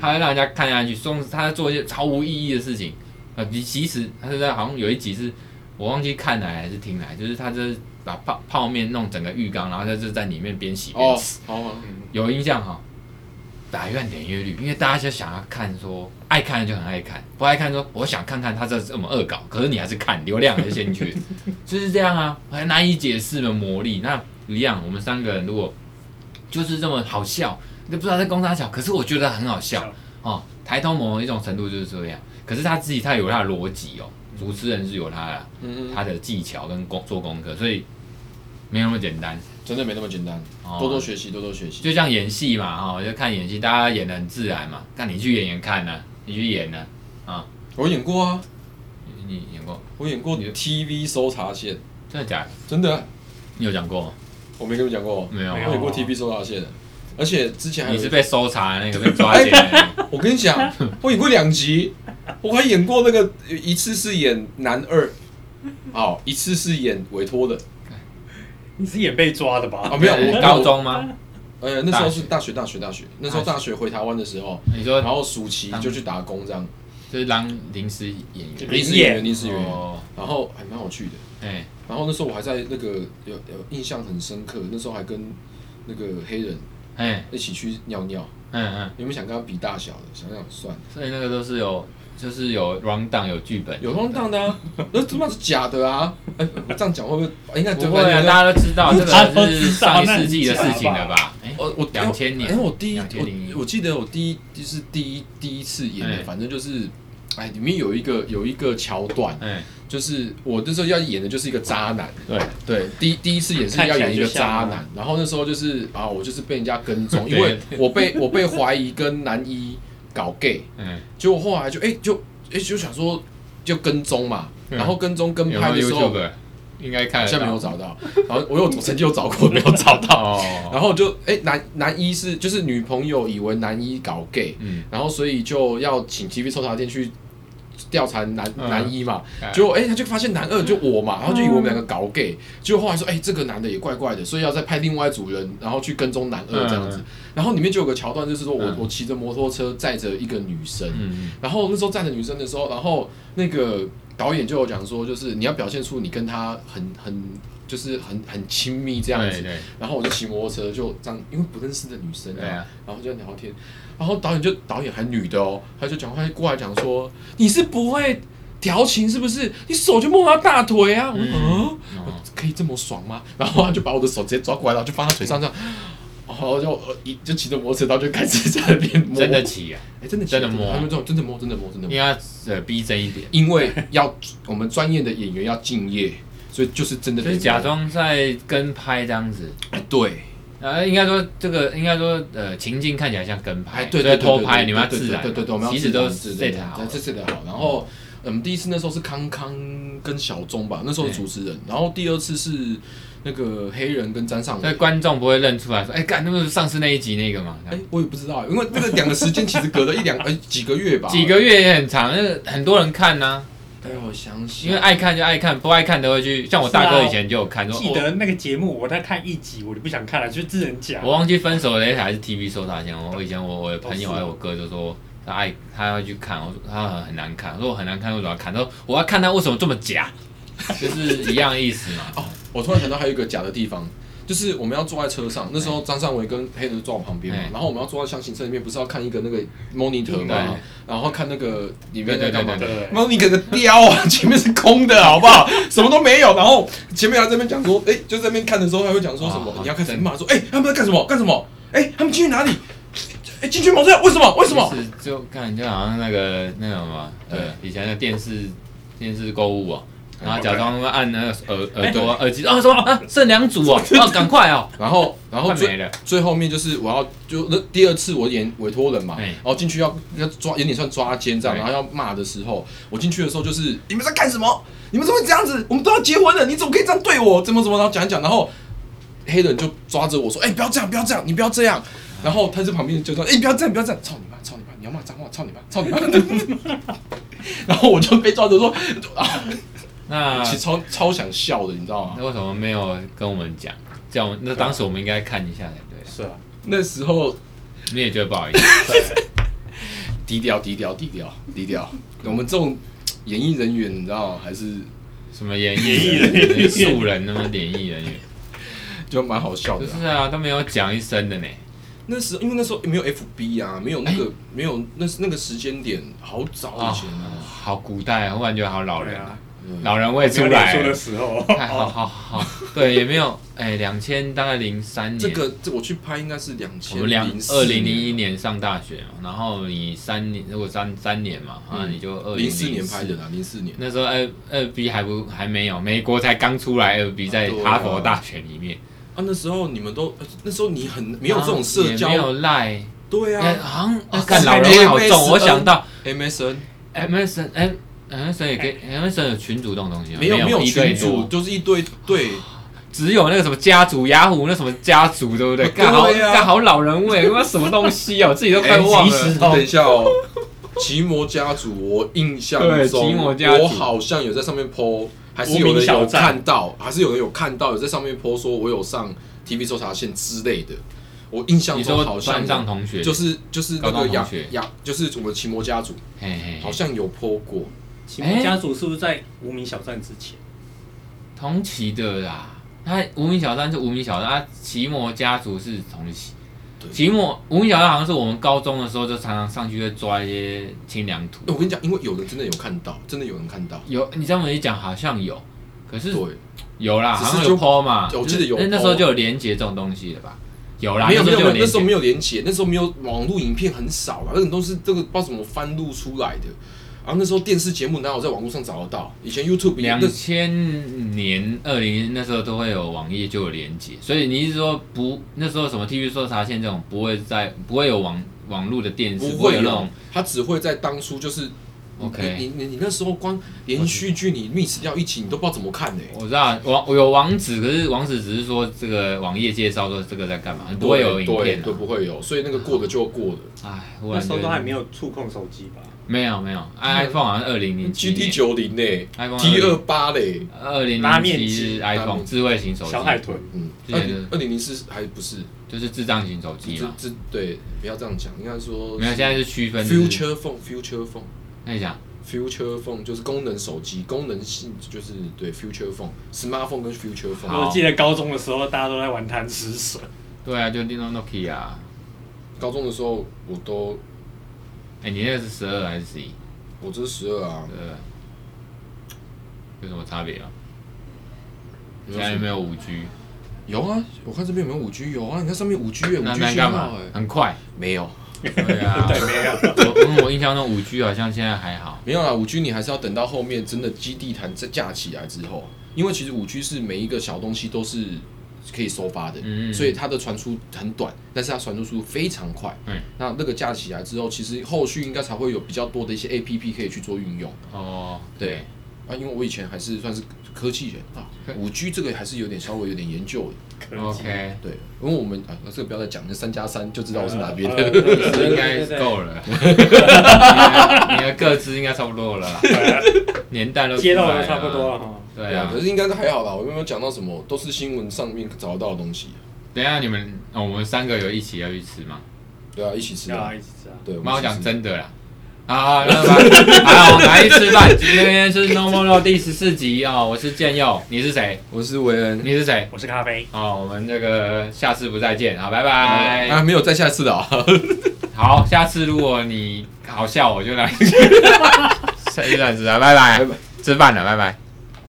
Speaker 1: 他会让人家看下去，甚至他在做一些毫无意义的事情。呃，你其实他是在好像有一集是我忘记看来还是听来，就是他就是把泡泡面弄整个浴缸，然后他就在里面边洗边
Speaker 2: 哦
Speaker 1: 吃，，
Speaker 2: 好啊，
Speaker 1: 有印象哈。打一万点阅率，因为大家就想要看说，爱看的就很爱看，不爱看说我想看看他这怎么恶搞，可是你还是看，流量还是先去，就是这样啊， 很难以解释的魔力。那一样，我们三个人如果就是这么好笑，你不知道在攻他笑，可是我觉得很好笑
Speaker 3: 笑
Speaker 1: 哦。台通某一种程度就是这样，可是他自己他有他的逻辑哦，主持人是有他的
Speaker 2: 嗯，
Speaker 1: 他的技巧跟功做功课，所以没有那么简单。
Speaker 2: 真的没那么简单，
Speaker 1: 哦
Speaker 2: 多多学习，多多学习。
Speaker 1: 就像演戏嘛，哈、就看演戏，大家演的很自然嘛。看你去演演看呢、你去演呢、啊，
Speaker 2: 我演过啊，
Speaker 1: 你你演过？
Speaker 2: 我演过
Speaker 1: 你
Speaker 2: TV 搜查线，
Speaker 1: 真的假的？
Speaker 2: 真的啊，
Speaker 1: 你有讲过吗？
Speaker 2: 我没跟你讲过，
Speaker 1: 没有
Speaker 2: 我
Speaker 1: 啊。
Speaker 2: 演过 TV 搜查线的，而且之前还
Speaker 1: 你
Speaker 2: 有
Speaker 1: 是被搜查的那个被抓起来的那个，
Speaker 2: 我跟 你讲，我演过两集，我还演过那个一次是演男二，哦，一次是演委托的
Speaker 3: 你是也被抓的吧
Speaker 2: 啊，？ 没有，我
Speaker 1: 高，中吗？
Speaker 2: 呃，那时候是大学，大学，大学，那时候大学回台湾的时候，
Speaker 1: 你说
Speaker 2: 然后暑期就去打工这样，
Speaker 1: 就是当临时演员，
Speaker 3: 临
Speaker 2: 临
Speaker 3: 时
Speaker 2: 时
Speaker 3: 演
Speaker 2: 演员，临时演员，
Speaker 1: 哦，
Speaker 2: 然后还蛮有趣的。
Speaker 1: 哎，
Speaker 2: 然后那时候我还在那个有有印象很深刻，那时候还跟那个黑人
Speaker 1: 哎，
Speaker 2: 一起去尿尿，
Speaker 1: 嗯嗯，
Speaker 2: 有没有想跟他比大小的？想想算了，
Speaker 1: 所以那个都是有，就是有 round down 有剧本，
Speaker 2: 有荒。诞的啊，那他妈是假的啊！哎，我这样讲会不会？应该
Speaker 1: 不会啊，
Speaker 2: 家。
Speaker 1: 大家都知道这
Speaker 3: 大家都
Speaker 1: 个是
Speaker 3: 知
Speaker 1: 上
Speaker 3: 道
Speaker 1: 一世纪的事情了
Speaker 3: 那你
Speaker 1: 吧？哎，
Speaker 2: 我我
Speaker 1: 两千年
Speaker 2: 哎，我第一
Speaker 1: 2001
Speaker 2: 我我记得我第一就是第一第一次演
Speaker 1: 哎
Speaker 2: 的，反正就是，哎，里面有一个有一个桥段，
Speaker 1: 哎，
Speaker 2: 就是我那时候要演的就是一个渣男，
Speaker 1: 对，
Speaker 2: 对，第第一次演是
Speaker 3: 看起
Speaker 2: 要
Speaker 3: 来
Speaker 2: 演一个
Speaker 3: 就像
Speaker 2: 渣
Speaker 3: 啊
Speaker 1: 哦
Speaker 2: 男， 然后那时候就是啊，我就是被人家跟踪，
Speaker 1: 对
Speaker 2: 因为我被我被怀疑跟男一搞 gay，
Speaker 1: 嗯，
Speaker 2: 结果后来就哎、就哎、就想说就跟踪嘛，
Speaker 1: 嗯
Speaker 2: 然后跟踪跟
Speaker 1: 有
Speaker 2: 拍
Speaker 1: 没
Speaker 2: 的
Speaker 1: 有
Speaker 2: 时候
Speaker 1: YouTube？应该看
Speaker 2: 好
Speaker 1: 得
Speaker 2: 像没
Speaker 1: 到
Speaker 2: 有找到，然后我有曾经有找过没有找 到，
Speaker 1: 哦，
Speaker 2: 然后就哎、男男一是就是女朋友以为男一搞 gay，
Speaker 1: 嗯，
Speaker 2: 然后所以就要请 TV 搜查店去调查男、
Speaker 1: 嗯
Speaker 2: 男一嘛，
Speaker 1: 哎
Speaker 2: 结果哎、他就发现男二就我嘛，然后就以为我们两个搞
Speaker 1: 嗯
Speaker 2: gay，、结果后来说哎、这个男的也怪怪的，所以要再派另外一组人，然后去跟踪男二这样子，
Speaker 1: 嗯
Speaker 2: 然后里面就有个桥段就是说我、
Speaker 1: 嗯
Speaker 2: 我骑着摩托车载着一个女生，
Speaker 1: 嗯，
Speaker 2: 然后那时候站着女生的时候，然后那个导演就有讲说，就是你要表现出你跟她很很就是很很亲密这
Speaker 1: 这
Speaker 2: 样
Speaker 1: 对
Speaker 2: 子。
Speaker 1: 对
Speaker 2: 然后我就骑摩托车就这样，因为不认识的女生
Speaker 1: 对啊，
Speaker 2: 然后就聊天，然后导演就导演还女的哦，他就讲，他就过来讲说你是不会调情是不是？你手就摸她大腿啊，我说
Speaker 1: 嗯
Speaker 2: 嗯
Speaker 1: 哦，
Speaker 2: 可以这么爽吗？ 然后他就把我的手直接抓过来，然后就放他腿上这样，然后就呃一就骑着摩托车，然后就开始在那边摸，
Speaker 1: 真的起啊，
Speaker 2: 哎真的
Speaker 1: 真的摸
Speaker 2: 他们这种真的摸真的摸真的摸
Speaker 1: 因。为要呃逼真一点，
Speaker 2: 因为要我们专业的演员要敬业，所以就是真的
Speaker 1: 就
Speaker 2: 得
Speaker 1: 是假装在跟拍这样子。
Speaker 2: 哎对，
Speaker 1: 呃，应该说这个应该说呃情境看起来像跟拍，
Speaker 2: 哎对
Speaker 1: 就是
Speaker 2: 对
Speaker 1: 偷拍，你们要
Speaker 2: 对对
Speaker 1: 自然嘛，
Speaker 2: 对对对，我们要
Speaker 1: 其实都是啊
Speaker 2: 自
Speaker 1: set
Speaker 2: 然
Speaker 1: 好
Speaker 2: 对
Speaker 1: 了，
Speaker 2: 这 set 得好。然后嗯，第一次那时候是康康跟小钟吧，那时候的主持人，然后第二次是那个黑人跟詹尚
Speaker 1: 所以
Speaker 2: 伟。
Speaker 1: 观众不会认出来说，哎，干，那不是上次那一集那个嘛？
Speaker 2: 哎，我也不知道，因为这个两个时间其实隔了一两哎几个月吧。
Speaker 1: 几？个月也很长，那个很多人看呐，
Speaker 2: 哎，我想想，
Speaker 1: 因为爱看就爱看，不爱看都会去。像我大
Speaker 3: 是
Speaker 1: 哥
Speaker 3: 啊
Speaker 1: 以前就有看，说
Speaker 3: 记
Speaker 1: 我
Speaker 3: 得那个节目，我在看一集，我就不想看了，就只能讲
Speaker 1: 我。忘记分手擂台还是 TV 收他前，我以前我我的朋友
Speaker 2: 哦
Speaker 1: 还有我哥就说他爱他要去看，我说他很很难看，我说我很难看为什么要看？他说我要看他为什么这么 假，就是一样意思嘛。
Speaker 2: 哦，我突然想到还有一个假的地方，就是我们要坐在车上，那时候张善伟跟黑人坐我旁边嘛
Speaker 1: 哎，
Speaker 2: 然后我们要坐在箱型车里面，不是要看一个那个 monitor 嘛
Speaker 1: 对，
Speaker 2: 然后看那个里面
Speaker 1: 对
Speaker 2: 在
Speaker 1: 对
Speaker 2: 干嘛
Speaker 1: 对对。
Speaker 3: 对，
Speaker 2: 然后你给个雕啊，前面是空的，好不好？什么都没有。然后前面还在那边讲说，哎、就在那边看的时候，还会讲说什么
Speaker 1: 啊？
Speaker 2: 你要开始骂说，哎、他们在干什么？干什么？哎、他们进去哪里？哎、进去某站？为什么？为什么？
Speaker 1: 就是就看就好像那个那种嘛，
Speaker 2: 对嗯
Speaker 1: 呃，以前的电视电视购物哦，然后假装按那个耳
Speaker 3: 哎
Speaker 1: 耳朵耳机啊什么啊剩两组 哦，哦赶快哦，
Speaker 2: 然后，然后
Speaker 1: 快没
Speaker 2: 最
Speaker 1: 了，
Speaker 2: 最后面就是我要就那第二次我演委托人嘛，
Speaker 1: 哎
Speaker 2: 然后进去要要抓有点算抓奸这样，
Speaker 1: 哎
Speaker 2: 然后要骂的时候，我进去的时候就是你们在干什么？你们怎么会这样子？我们都要结婚了，你怎么可以这样对我？怎么怎么？然后讲一讲，然后黑人就抓着我说：“哎、不要这样，不要这样，你不要这样。”然后他在旁边就说：“哎、不要这样，不要这样，操你妈，操你妈，你要骂脏话，操你妈，操你妈。” 然后我就被抓着说，啊，
Speaker 1: 那
Speaker 2: 其实超超想笑的，你知道吗？
Speaker 1: 那为什么没有跟我们讲？这样我们那当时我们应该看一下才对啊，
Speaker 3: 是啊，
Speaker 2: 那时候
Speaker 1: 你也觉得不好意思。
Speaker 2: 低调，低调，低调，低调。我们这种演艺人员，你知道吗还是
Speaker 1: 什么演艺人员、素人，那么演艺 人员，
Speaker 2: 就蛮好笑
Speaker 1: 不
Speaker 2: 的啊、
Speaker 1: 是啊，都没有讲一声的呢。
Speaker 2: 那时因为那时候没有 FB 啊，没有那个、没有那那个时间点，好早以前啊。
Speaker 1: 好古代啊，忽然觉得好老
Speaker 3: 对
Speaker 1: 人
Speaker 3: 啊
Speaker 1: 啊，，
Speaker 2: 嗯
Speaker 1: 老人味出
Speaker 3: 来
Speaker 1: 来
Speaker 3: 的
Speaker 1: 了，
Speaker 3: 时候，
Speaker 2: 哦
Speaker 1: 太好好好，对，也没 有，哎，两千大概零三
Speaker 2: 这
Speaker 1: 年，
Speaker 2: 个这我去拍应该是嗯两
Speaker 1: 我
Speaker 2: 千
Speaker 1: 们两
Speaker 2: 零
Speaker 1: 二零零一年上大学嘛，然后你三年，如果三三年嘛，啊，你就二
Speaker 2: 嗯零
Speaker 1: 四
Speaker 2: 四年拍的。啦，零四年。
Speaker 1: 那时候二二 B 还不还没有，美国才刚出来二 B，在
Speaker 2: 对
Speaker 1: 哈
Speaker 2: 啊
Speaker 1: 佛大学里面
Speaker 2: 啊，那时候你们都呃那时候你很没有这种社
Speaker 1: 啊也没
Speaker 2: 交，
Speaker 1: 有赖，
Speaker 2: 对
Speaker 1: 哎
Speaker 2: 啊
Speaker 1: 好像
Speaker 2: 啊
Speaker 1: 啊干
Speaker 2: 是
Speaker 1: 老人味好
Speaker 2: MSN
Speaker 1: 重，我想到
Speaker 2: ，MSN
Speaker 1: MSN M MSN 哎也可以，MSN 有群主这种东西吗
Speaker 2: 哎没有没有
Speaker 1: 一对
Speaker 2: 群主，
Speaker 1: 多
Speaker 2: 就是一对对，
Speaker 1: 只有那个什么家族，雅虎那什么家族，对不对？
Speaker 2: 对啊
Speaker 1: 干好干好老人味，他妈什么东西啊？我自己都快
Speaker 2: 哎
Speaker 1: 忘
Speaker 2: 其
Speaker 1: 了
Speaker 2: 实。等一下哦，奇摩家族，我印象
Speaker 1: 对
Speaker 2: 中，
Speaker 1: 奇摩家族
Speaker 2: 我好像有在上面 PO，还是
Speaker 3: 无
Speaker 2: 有
Speaker 3: 名
Speaker 2: 人
Speaker 3: 小
Speaker 2: 有
Speaker 3: 站
Speaker 2: 看到，还是有人有看到有在上面 PO 说我有上 TV 搜查线之类的。我印象
Speaker 1: 你
Speaker 2: 中
Speaker 1: 说
Speaker 2: 好像
Speaker 1: 班上同学
Speaker 2: 就，是就是那
Speaker 1: 高
Speaker 2: 个
Speaker 1: 中
Speaker 2: 雅
Speaker 1: 同学哎
Speaker 2: 雅，就是我们奇摩家族
Speaker 1: 嘿嘿
Speaker 2: 好
Speaker 1: 嘿，
Speaker 2: 像有 PO 过，
Speaker 3: 奇摩家族是不是在无名小站之前？
Speaker 1: 同期的啦。他无名小站是无名小站，他奇摩家族是同期
Speaker 2: 对。
Speaker 1: 奇摩无名小站好像是我们高中的时候就常常上去会抓一些清凉
Speaker 2: 哎我
Speaker 1: 图。
Speaker 2: 跟你讲，因为有人真的有看到，真的有人看到，
Speaker 1: 有你这么一讲，好像有，可是
Speaker 2: 对，
Speaker 1: 有啦，
Speaker 2: 只
Speaker 1: 好
Speaker 2: 是
Speaker 1: 像有
Speaker 2: 就
Speaker 1: PO 嘛，
Speaker 2: 我记得有
Speaker 1: 那那
Speaker 2: po
Speaker 1: 时候就有连接这种东西了吧？有啦，
Speaker 2: 没有
Speaker 1: 那
Speaker 2: 没
Speaker 1: 时
Speaker 2: 有
Speaker 1: 候
Speaker 2: 没
Speaker 1: 就连
Speaker 2: 有，那时候
Speaker 1: 接。
Speaker 2: 没有连结，那时候没有网络影片很少啊，那种都是这个不知道怎么翻录出来的。然后那时候电视节目哪有在网络上找得到？以前 YouTube 也
Speaker 1: 两
Speaker 2: 那
Speaker 1: 千年二零那时候都会有网页就有连接，所以你是说不那时候什么 TV 搜查线这种不会在不会有网网络的电视
Speaker 2: 不
Speaker 1: 不会
Speaker 2: 会
Speaker 1: 有那
Speaker 2: 有
Speaker 1: 种，
Speaker 2: 它只会在当初就是你
Speaker 1: OK
Speaker 2: 你你你那时候光连续剧你 miss 掉一集，你都不知道怎么看呢、
Speaker 1: 我知道网我有网址，可是网址只是说这个网页介绍说这个在干嘛，不会有影
Speaker 2: 对
Speaker 1: 片啊
Speaker 2: 对，不会有，所以那个过的就过了。
Speaker 1: 的。哎，我
Speaker 3: 那时候都还没
Speaker 1: 有
Speaker 3: 有触控手机吧？
Speaker 1: 没有没有哎，iPhone 好像二零零七
Speaker 2: G T 九零嘞
Speaker 1: iPhone
Speaker 2: ，T 二八嘞，
Speaker 1: 二零
Speaker 3: 拉
Speaker 1: 零
Speaker 3: 面
Speaker 1: 七
Speaker 3: 机
Speaker 1: 是
Speaker 2: 拉
Speaker 1: iPhone
Speaker 2: 面
Speaker 1: 智慧型手机，
Speaker 3: 小海豚，
Speaker 2: 嗯，
Speaker 1: 对
Speaker 2: 二
Speaker 1: 对
Speaker 2: 零二零零四还不是，
Speaker 1: 就是智障型手机
Speaker 2: 这
Speaker 1: 嘛。
Speaker 2: 这对，不要这样讲，应该说
Speaker 1: 没有，现在是区分就是
Speaker 2: future phone，future phone。
Speaker 1: 那你讲
Speaker 2: Future Phone 就是功能手机，功能性就是对 Future Phone，Smartphone 跟 Future
Speaker 1: 好
Speaker 2: Phone，
Speaker 3: 我记得高中的时候大家都在玩贪吃蛇，
Speaker 1: 对啊，就电动 Nokia 啊。
Speaker 2: 高中的时候我都
Speaker 1: 哎，你那个是十二还是十一？
Speaker 2: 我这是十二啊，
Speaker 1: 呃，有什么差别吗？
Speaker 2: 没
Speaker 1: 现在
Speaker 2: 有什
Speaker 1: 有
Speaker 2: 么
Speaker 1: 没有五 G？
Speaker 2: 有啊，我看这边有没有五 G，有啊，你看上面五 G 五
Speaker 1: 那
Speaker 2: G
Speaker 1: 那
Speaker 2: 信
Speaker 1: 干
Speaker 2: 号
Speaker 1: 嘛
Speaker 2: 哎？，
Speaker 1: 很快。
Speaker 2: 没有
Speaker 1: 对啊，
Speaker 3: 对，没有。
Speaker 1: 我嗯我印象中五 G 好像现在还好。
Speaker 2: 没有啦，五 G 你还是要等到后面真的基地台再架起来之后，因为其实五 G 是每一个小东西都是可以收发的，
Speaker 1: 嗯
Speaker 2: 所以它的传输很短，但是它传输速度非常快。
Speaker 1: 嗯，
Speaker 2: 那那个架起来之后，其实后续应该才会有比较多的一些 APP 可以去做运用。
Speaker 1: 哦，
Speaker 2: 对，啊，因为我以前还是算是科技人啊，五 G 这个还是有点稍微有点研究的。
Speaker 3: 科技
Speaker 1: ，OK，
Speaker 2: 对，因为我们啊，这个不要再讲，那三加三就知道我是哪边
Speaker 3: 呃
Speaker 2: 的。
Speaker 3: 对对对
Speaker 1: 应该
Speaker 3: 对对
Speaker 1: 够了。你的你的各自应该差不多了啦，年代都
Speaker 3: 对揭露
Speaker 1: 出来
Speaker 3: 的差不多了。哈。
Speaker 1: 对啊
Speaker 2: 可，是应该是还好吧？我有没有讲到什么？都是新闻上面找得到的东西。啊
Speaker 1: 等一下你们，哦我们三个有一起要去吃吗？
Speaker 2: 对啊，一起吃
Speaker 3: 要啊，
Speaker 2: 啊。
Speaker 3: 一起吃啊。
Speaker 2: 对，
Speaker 1: 妈，我讲
Speaker 2: 一起吃，
Speaker 1: 真的啦。 啊，那吧，好，我们来去吃饭。今天是《No More No》第十四集哦，我是建佑，你是谁？
Speaker 2: 我是韦恩。
Speaker 1: 你是谁？
Speaker 3: 我是咖啡，
Speaker 1: 哦，我们这个下次不再见，好，拜拜。
Speaker 2: 啊，没有再下次的啊。
Speaker 1: 好，下次如果 你好笑，我就来。下一段子啊，拜拜，吃饭了，拜拜。